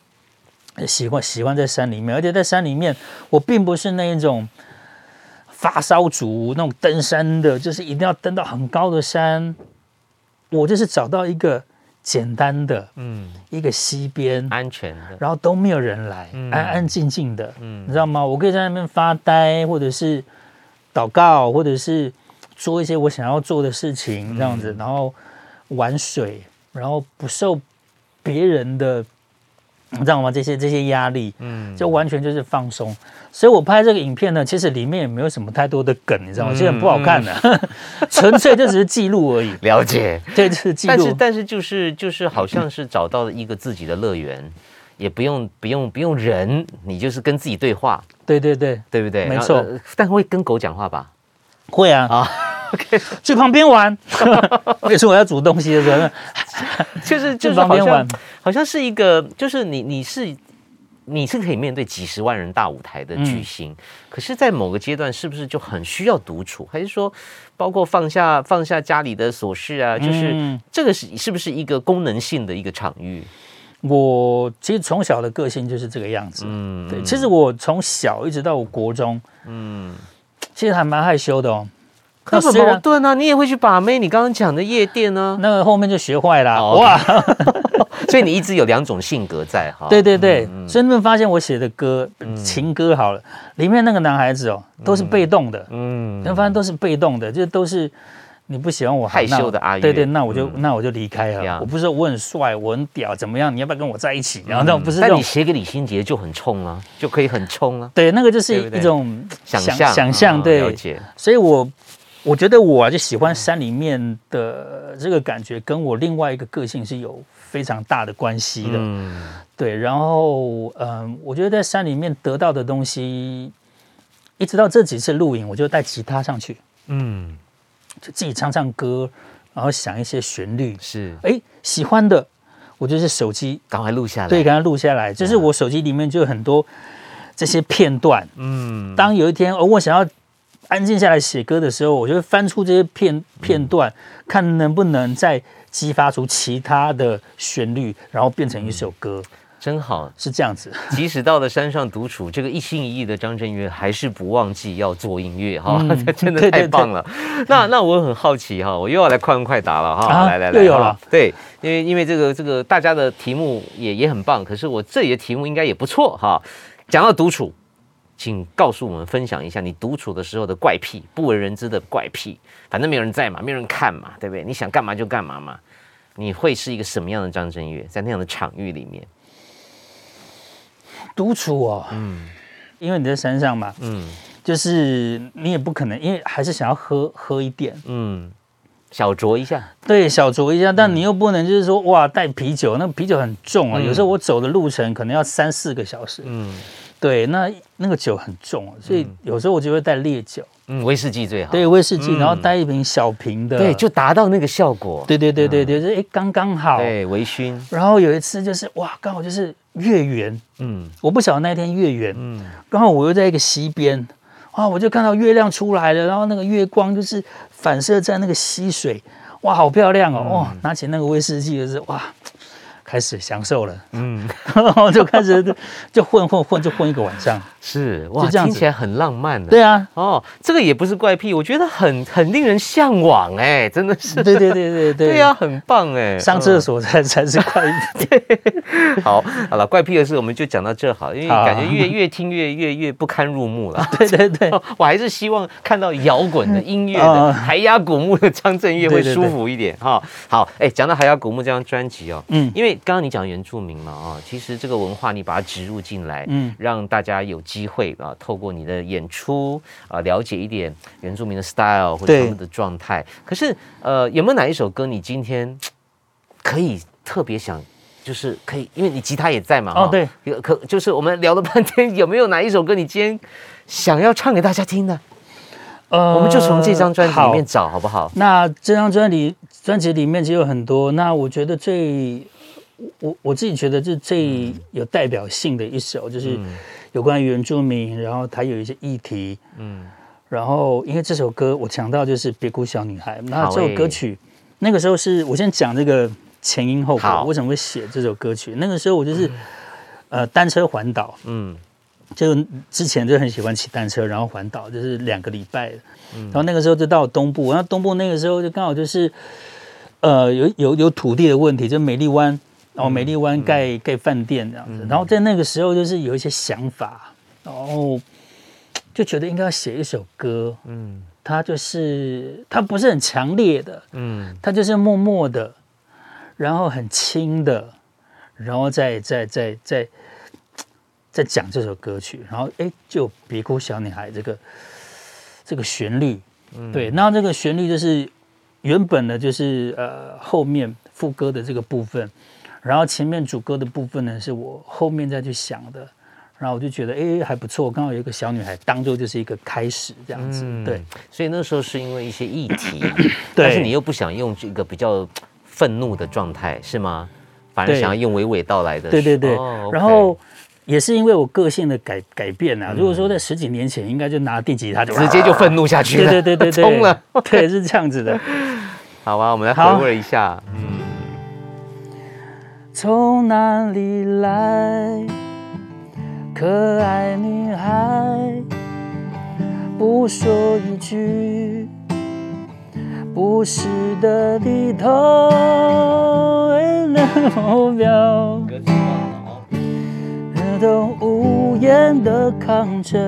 喜欢喜欢在山里面，而且在山里面，我并不是那一种发烧族那种登山的，就是一定要登到很高的山，我就是找到一个简单的
嗯，
一个溪边，
安全的，
然后都没有人来，
嗯
安安静静的，
嗯
你知道吗？我可以在那边发呆，或者是祷告，或者是做一些我想要做的事
嗯
情，这样子，然后玩水，然后不受别人的，你知道吗？这些这些压力，
嗯，
就完全就是放松。所以我拍这个影片呢，其实里面也没有什么太多的梗，你知道吗？
嗯
这很不好看的、 纯粹就只是记录而已。
了解。
对，就是记
但是
录。
但是就是就是好像是找到了一个自己的乐园，也不用不用不用人，你就是跟自己对话，
对对对，
对不对？
没
然后
错
呃但会跟狗讲话吧？
会啊
啊
去旁边 玩。每次我要煮东西的时 候，
就是就是
旁
好
边
像
玩
好像是一个，就是你你是。你是可以面对几十万人大舞台的巨星，可是，在某个阶段，是不是就很需要独处？还是说，包括放下放下家里的琐事啊？就是、
嗯
这个是是不是一个功能性的一个场域？
我其实从小的个性就是这个样子，
嗯
对，其实我从小一直到我国中，
嗯，
其实还蛮害羞的哦。
那很
虽然
矛盾啊！你也会去把妹，你刚刚讲的夜店啊呢、
那个后面就学坏了啊，
哦
哇！
所以你一直有两种性格在哈。
对对
嗯
对，所以你们发现我写的歌，情歌好了，里面那个男孩子哦，都是被动的，
嗯，
你们发现都是被动的，就都是你不喜欢我，
害羞
那我
的阿月嗯
对对，那我就那我就离开
呀
了。我不是说我很帅，我很屌，怎么样？你要不要跟我在一起？然后那种不是
嗯
这
但
种
你，写给李心洁就很冲啊，就可以很冲啊，
对，那个就是
对不对
一种
想象
想象，
嗯了
对。
解，
所以我我觉得我啊就喜欢山里面的这个感觉，跟我另外一个个性是有非常大的关系的。
嗯
对，然后嗯，我觉得在山里面得到的东西，一直到这几次录影，我就带吉他上去，
嗯，
就自己唱唱歌，然后想一些旋律，
是，
哎，喜欢的，我就是手机
赶快录下来。
对，给它录下来，就是我手机里面就有很多这些片段。
嗯，
当有一天、哦、我想要安静下来写歌的时候，我就会翻出这些片
嗯
片段，看能不能再激发出其他的旋律，然后变成一首歌，
真好。
是这样子。
即使到了山上独处，这个一心一意的张震岳还是不忘记要做音乐哈，
嗯
真的
对对
太
对
棒了。那那我很好奇哈，我又要来快问快答了哈，
啊
来来来，
又有
哈
了。
对，因为因为这个这个大家的题目也也很棒，可是我这里的题目应该也不错哈。讲到独处，请告诉我们分享一下你独处的时候的怪癖，不为人知的怪癖。反正没有人在嘛，没有人看嘛，对不对？你想干嘛就干嘛嘛。你会是一个什么样的张震岳，在那样的场域里面？
独处哦，嗯，因为你在山上嘛，
嗯。
就是你也不可能，因为还是想要喝喝一点，
嗯，小酌一下，
对，小酌一下，但你又不能就是说哇带啤酒，那啤酒很重啊，
嗯
有时候我走的路程可能要三四个小时，
嗯
对，那那个酒很重啊，所以有时候我就会带烈酒，
嗯，威士忌最好，
对，威士忌，
嗯
然后带一瓶小瓶的，
对，就达到那个效果，
对对对对对，就是哎刚刚好。
对，微醺，
然后有一次就是哇，刚好就是月圆，
嗯
我不晓得那天月圆，
嗯
刚好我又在一个溪边，啊，我就看到月亮出来了，然后那个月光就是反射在那个溪水，哇，好漂亮哦！
嗯
哦，拿起那个威士忌就是哇，开始享受了，
嗯，
然后就开始就混混混，就混一个晚上。
是哇，
就这样
听
子
起来很浪漫的，
对啊，
哦，这个也不是怪癖，我觉得很很令人向往哎，真的是，
对对对对对
对啊，，很棒哎，
上厕所才才是快一点。
嗯好，好了，怪癖的事我们就讲到这好，因为
好
感觉越越听越越越不堪入目了。
对对对，
我还是希望看到摇滚的音乐的
啊
海牙古墓的张震岳会
对对
舒
对
服一点哈。好，哎，讲到海牙古墓这张专辑哦，
嗯
因为刚刚你讲原住民嘛啊，其实这个文化你把它植入进来，
嗯
让大家有机会啊，透过你的演出啊，了解一点原住民的 style 或者
对
他们的状态。可是呃，有没有哪一首歌你今天可以特别想？就是可以，因为你吉他也在嘛。
哦
哈
对，
有可就是我们聊了半天，有没有哪一首歌你今天想要唱给大家听的？
呃
我们就从这张专辑里面
好
找，好不好？
那这张专辑专辑里面就有很多，那我觉得最我我我自己觉得是最
嗯
有代表性的一首，就是有关于原住民，然后它有一些议题，
嗯
然后因为这首歌我强调就是《别哭小女孩》，那
好
这首歌曲那个时候是我先讲这个前因后
好
果，为什么会写这首歌曲？那个时候我就是呃单车环岛，
嗯
就之前就很喜欢骑单车，然后环岛就是两个礼拜，然后那个时候就到东部，然后东部那个时候就刚好就是，呃，有有有土地的问题，就美丽湾，然后美丽湾盖、盖饭店这样子，然后在那个时候就是有一些想法，然后就觉得应该要写一首歌，
嗯
它就是它不是很强烈的，
嗯
它就是默默的，然后很轻的，然后再再再再再讲这首歌曲，然后哎，就有别哭小女孩这个这个旋律，
嗯
对，那这个旋律就是原本的，就是呃后面副歌的这个部分，然后前面主歌的部分呢是我后面再去想的。然后我就觉得，哎，还不错。刚好有一个小女孩，当做就是一个开始这样子，
嗯，
对。。
所以那时候是因为一些议题，
对
但是你又不想用这个比较愤怒的状态，是吗？反而
对
想要用娓娓道来的。
对对对，
哦，OK 嗯
然后也是因为我个性的改改变啊，如果说在十几年前，应该就拿电吉他就
直接就愤怒下去
对
了，
对对对 对，
冲了。，
对是这样子的。
好吧，我们来
好
回味一下。嗯
从哪里来？可爱女孩，不说一句不是的低头，为了目标，
歌词忘了哦。
都无言的扛着，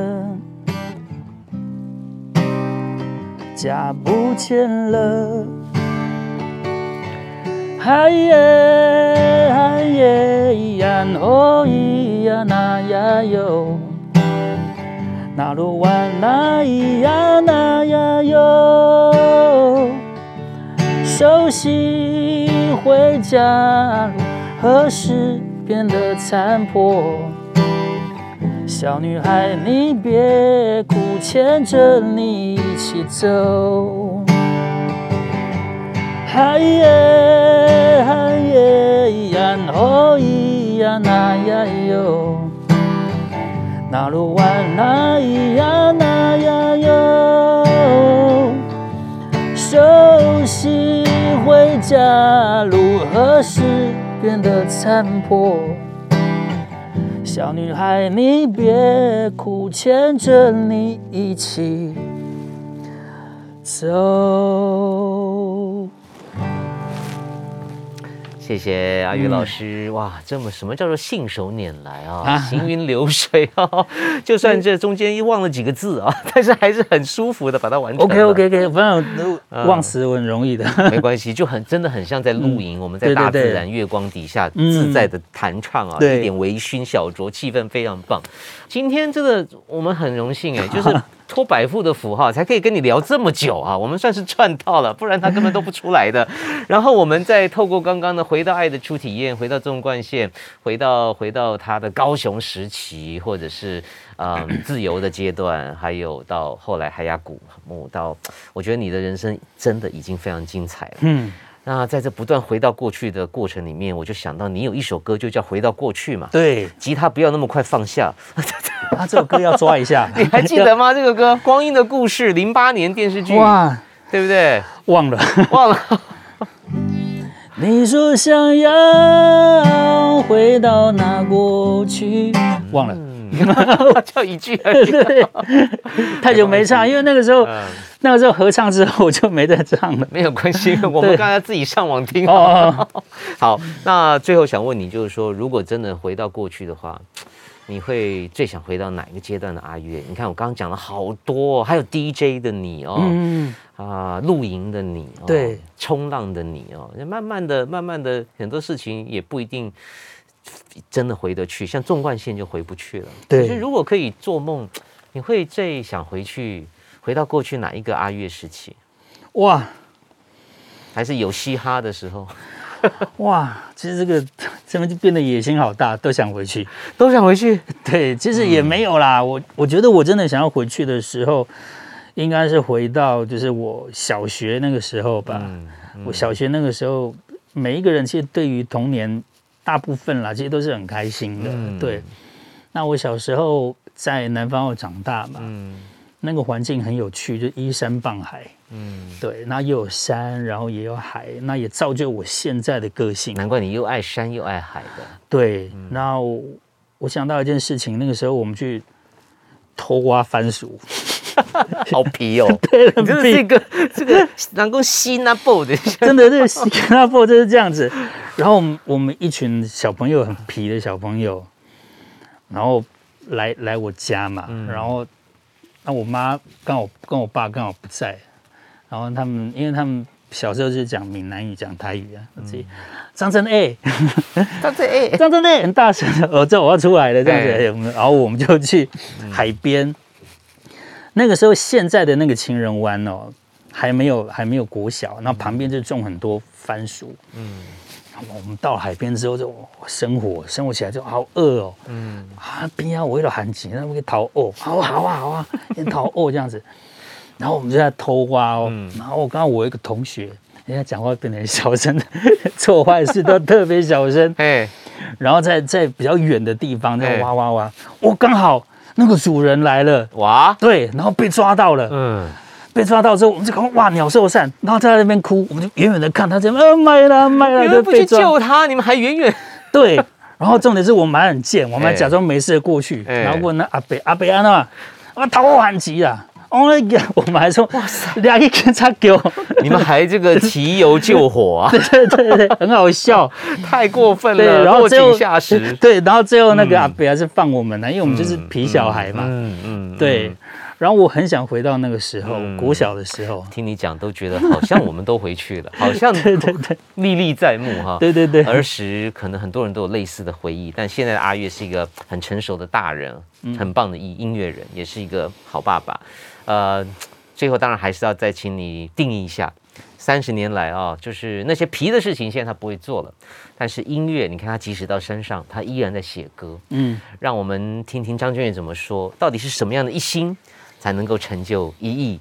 家不见了，嗨耶嗨耶，咿呀哦咿呀那呀哟，那罗哇那咿呀那呀哟，熟悉回家路，何时变得残破？小女孩，你别哭，牵着你一起走。嗨耶嗨耶，咿呀哦咿呀那呀哟，那鲁哇那咿呀那呀哟，熟悉回家路，何时变得残破？小女孩，你别哭，牵着你一起走。
谢谢阿
嗯
宇老师，哇，这么什么叫做信手拈来啊，
啊
行云流水啊， 就算这中间一忘了几个字 啊，但是还是很舒服的把它完成了。
OK 嗯 OK OK，反正我忘词我很容易的。
没关系，就很真的很像在露营，我们在大
嗯对
自
对对
然月光底下
嗯
自在的弹唱啊，
对
一点微醺小酌，气氛非常棒。今天真的我们很荣幸 哎，就是托百富的福哈，才可以跟你聊这么久啊，我们算是赚到了，不然他根本都不出 来的。然后我们再透过刚刚的回到爱的初体验，回到纵贯线，回到回到他的高雄时期，或者是呃 自由的阶段，还有到后来海牙古墓，到我觉得你的人生真的已经非常精彩了。
嗯，
那在这不断回到过去的过程里面，我就想到你有一首歌就叫《回到过去》嘛，
对，
吉他不要那么快放下，
啊，这首歌要抓一 下。
你还记得吗？这个歌《光阴的故事》，零八年电视剧，
哇，
对不 对？
忘了。
忘了，
你说想要回到那过去，嗯忘 了，
就一句而 已。
太久没唱，因为那个时候
嗯，
那个时候合唱之后我就没再唱了。
没有关系，我们
对
刚才自己上网听。
哦，
好，那最后想问你，就是说，如果真的回到过去的话，你会最想回到哪一个阶段的阿月？你看我刚刚讲了好多、哦，还有 DJ 的你哦，
嗯，
啊，露营的你，哦、
对，
冲浪的你哦，那慢慢的、慢慢的，很多事情也不一定真的回得去，像纵贯线就回不去了。
对
所以如果可以做梦，你会最想回去，回到过去哪一个阿月时期？
哇
还是有嘻哈的时候，
哇，其实这个这边就变得野心好大，都想回去。
都想回去。
对，其实
嗯
也没有啦，我我觉得我真的想要回去的时候，应该是回到就是我小学那个时候吧。
嗯，
我小学那个时候，每一个人其实对于童年，大部分啦，其实都是很开心的。
嗯
对，那我小时候在南方澳长大嘛，
嗯
那个环境很有趣，就依山傍海。
嗯，
对，那又有山，然后也有海，那也造就我现在的个性。
难怪你又爱山又爱海的。
对，然后我我想到一件事情，那个时候我们去偷挖番薯，
好皮哦！ 对，你真的是一个这个能够吸那布的，
真的，这个新加坡就是这样子。然后我们我们一群小朋友，很皮的小朋友，然后来来我家嘛，然后那我妈刚好跟我爸刚好不在，然后他们因为他们小时候就是讲闽南语、讲台语啊，我自己张真哎，
他这 哎，
张真哎， 很大声的，哦，这我要出来了这样子，
哎嗯
哎我们然后我们就去海边。那个时候，现在的那个情人湾哦，还没有还没有国小，那旁边就种很多番薯，
嗯
我们到海边之后就哦生火，生火起来就好饿哦，
嗯
啊，边啊围了喊几，那我们可以逃哦，好啊好啊好啊，先逃哦这样子，然后我们就在偷挖哦，
嗯
然后我刚刚我有一个同学，人家讲话变得很小声， 做坏事都特别小声，
哎，
然后在在比较远的地方在
哎
挖挖挖，我、刚好那个主人来了，
哇，
对，然后被抓到了，
嗯。
被抓到之后我们就看哇鸟兽嗯散，然后他在那边哭，我们就远远的看他在那边，呃卖啦卖啦，
你
就
们不去
被抓
救他，你们还远远
对，然后重点是我们还很贱，我们还假装没事地过去，
哎
然后问那阿北阿北安娜，啊，逃我很急啊！哦，那个我们还说，哇塞，两个警察 给我，
你们还这个提油救火啊，
对对对，很好笑。
太过分
对，
了，
然
啊
后
落
最后。
井下石
对，然后最后那个阿北还是放我们啊了，因为我们就是皮小孩嘛。
嗯嗯，
对，然后我很想回到那个时候，
嗯
国小的时候。
听你讲都觉得好像我们都回去了，好像
对对对
历历在目哈。
对对对，
儿时可能很多人都有类似的回忆，但现在的阿月是一个很成熟的大人，
嗯
很棒的音音乐人，也是一个好爸爸。呃，最后当然还是要再请你定义一下，三十年来啊，就是那些皮的事情，现在他不会做了，但是音乐，你看他即使到山上，他依然在写歌。
嗯，
让我们听听张娟远怎么说，到底是什么样的一心才能够成就一亿？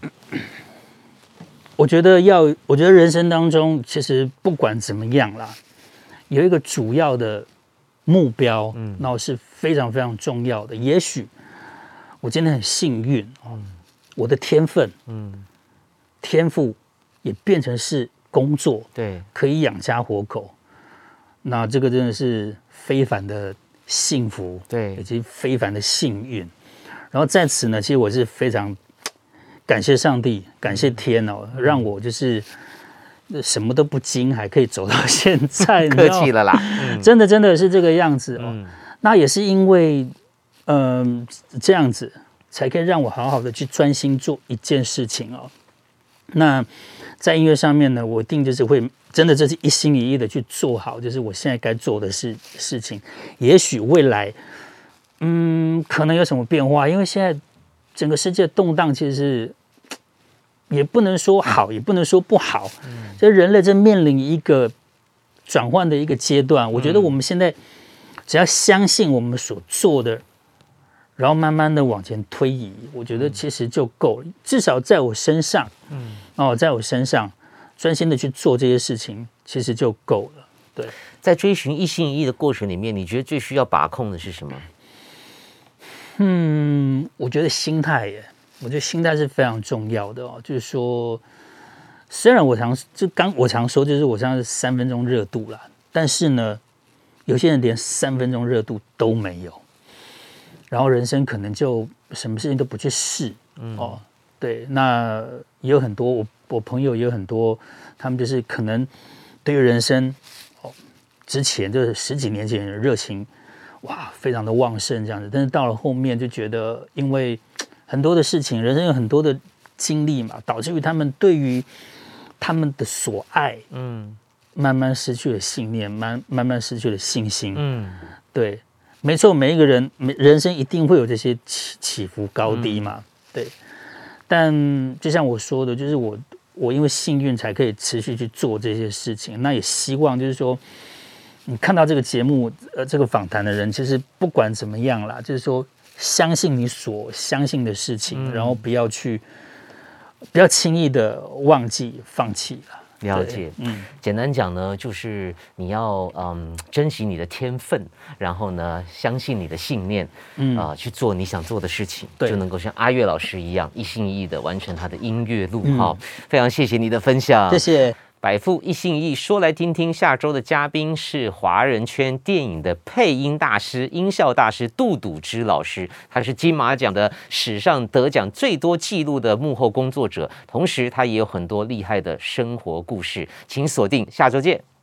我觉得要，我觉得人生当中其实不管怎么样啦，有一个主要的目标，嗯，那是非常非常重要的。也许我今天很幸运，哦，我的天分，嗯，天赋也变成是工作，
对，
可以养家活口，那这个真的是非凡的幸福，
对
以及非凡的幸运。然后在此呢，其实我是非常感谢上帝，感谢天哦，让我就是呃什么都不精，还可以走到 现在。你
客
知道
气了啦。
真的真的是这个样子哦。
嗯
那也是因为，嗯、这样子才可以让我好好的去专心做一件事情哦。那在音乐上面呢，我一定就是会真的就是一心一意的去做好，就是我现在该做的事事情。也许未来，嗯，可能有什么变化，因为现在整个世界动荡，其实是。也不能说好，也不能说不好，这人类正面临一个转换的一个阶段。我觉得我们现在只要相信我们所做的，然后慢慢的往前推移，我觉得其实就够了。至少在我身上，嗯，哦，在我身上专心的去做这些事情，其实就够了。
在追寻一心一意的过程里面，你觉得最需要把控的是什么？
嗯，我觉得心态耶，我觉得心态是非常重要的哦。就是说，虽然我常就刚我常说，就是我像是三分钟热度啦，但是呢，有些人连三分钟热度都没有，然后人生可能就什么事情都不去试、
嗯
哦。对，那也有很多我我朋友也有很多，他们就是可能对于人生哦，之前就是十几年前的热情哇，非常的旺盛这样子。但是到了后面就觉得，因为很多的事情，人生有很多的经历嘛，导致于他们对于他们的所爱，
嗯
慢慢失去了信念，慢慢慢失去了信心。
嗯，
对，没错，每一个人，每人生一定会有这些起起伏高低嘛。对，但就像我说的，就是我我因为幸运才可以持续去做这些事情。那也希望就是说，你看到这个节目，呃，这个访谈的人，其实不管怎么样啦，就是说相信你所相信的事情，然后不要去。不要轻易的忘记、放弃了。
了
对
解。
嗯，
简单讲呢，就是你要嗯珍惜你的天分，然后呢相信你的信念，嗯啊、去做你想做的事情，
对
就能够像阿月老师一样一心一意的完成他的音乐路哈、非常谢谢你的分享，
嗯谢谢。
百富一心一意说来听听，下周的嘉宾是华人圈电影的配音大师、音效大师杜笃之老师，他是金马奖的史上得奖最多纪录的幕后工作者，同时他也有很多厉害的生活故事，请锁定下周见，拜。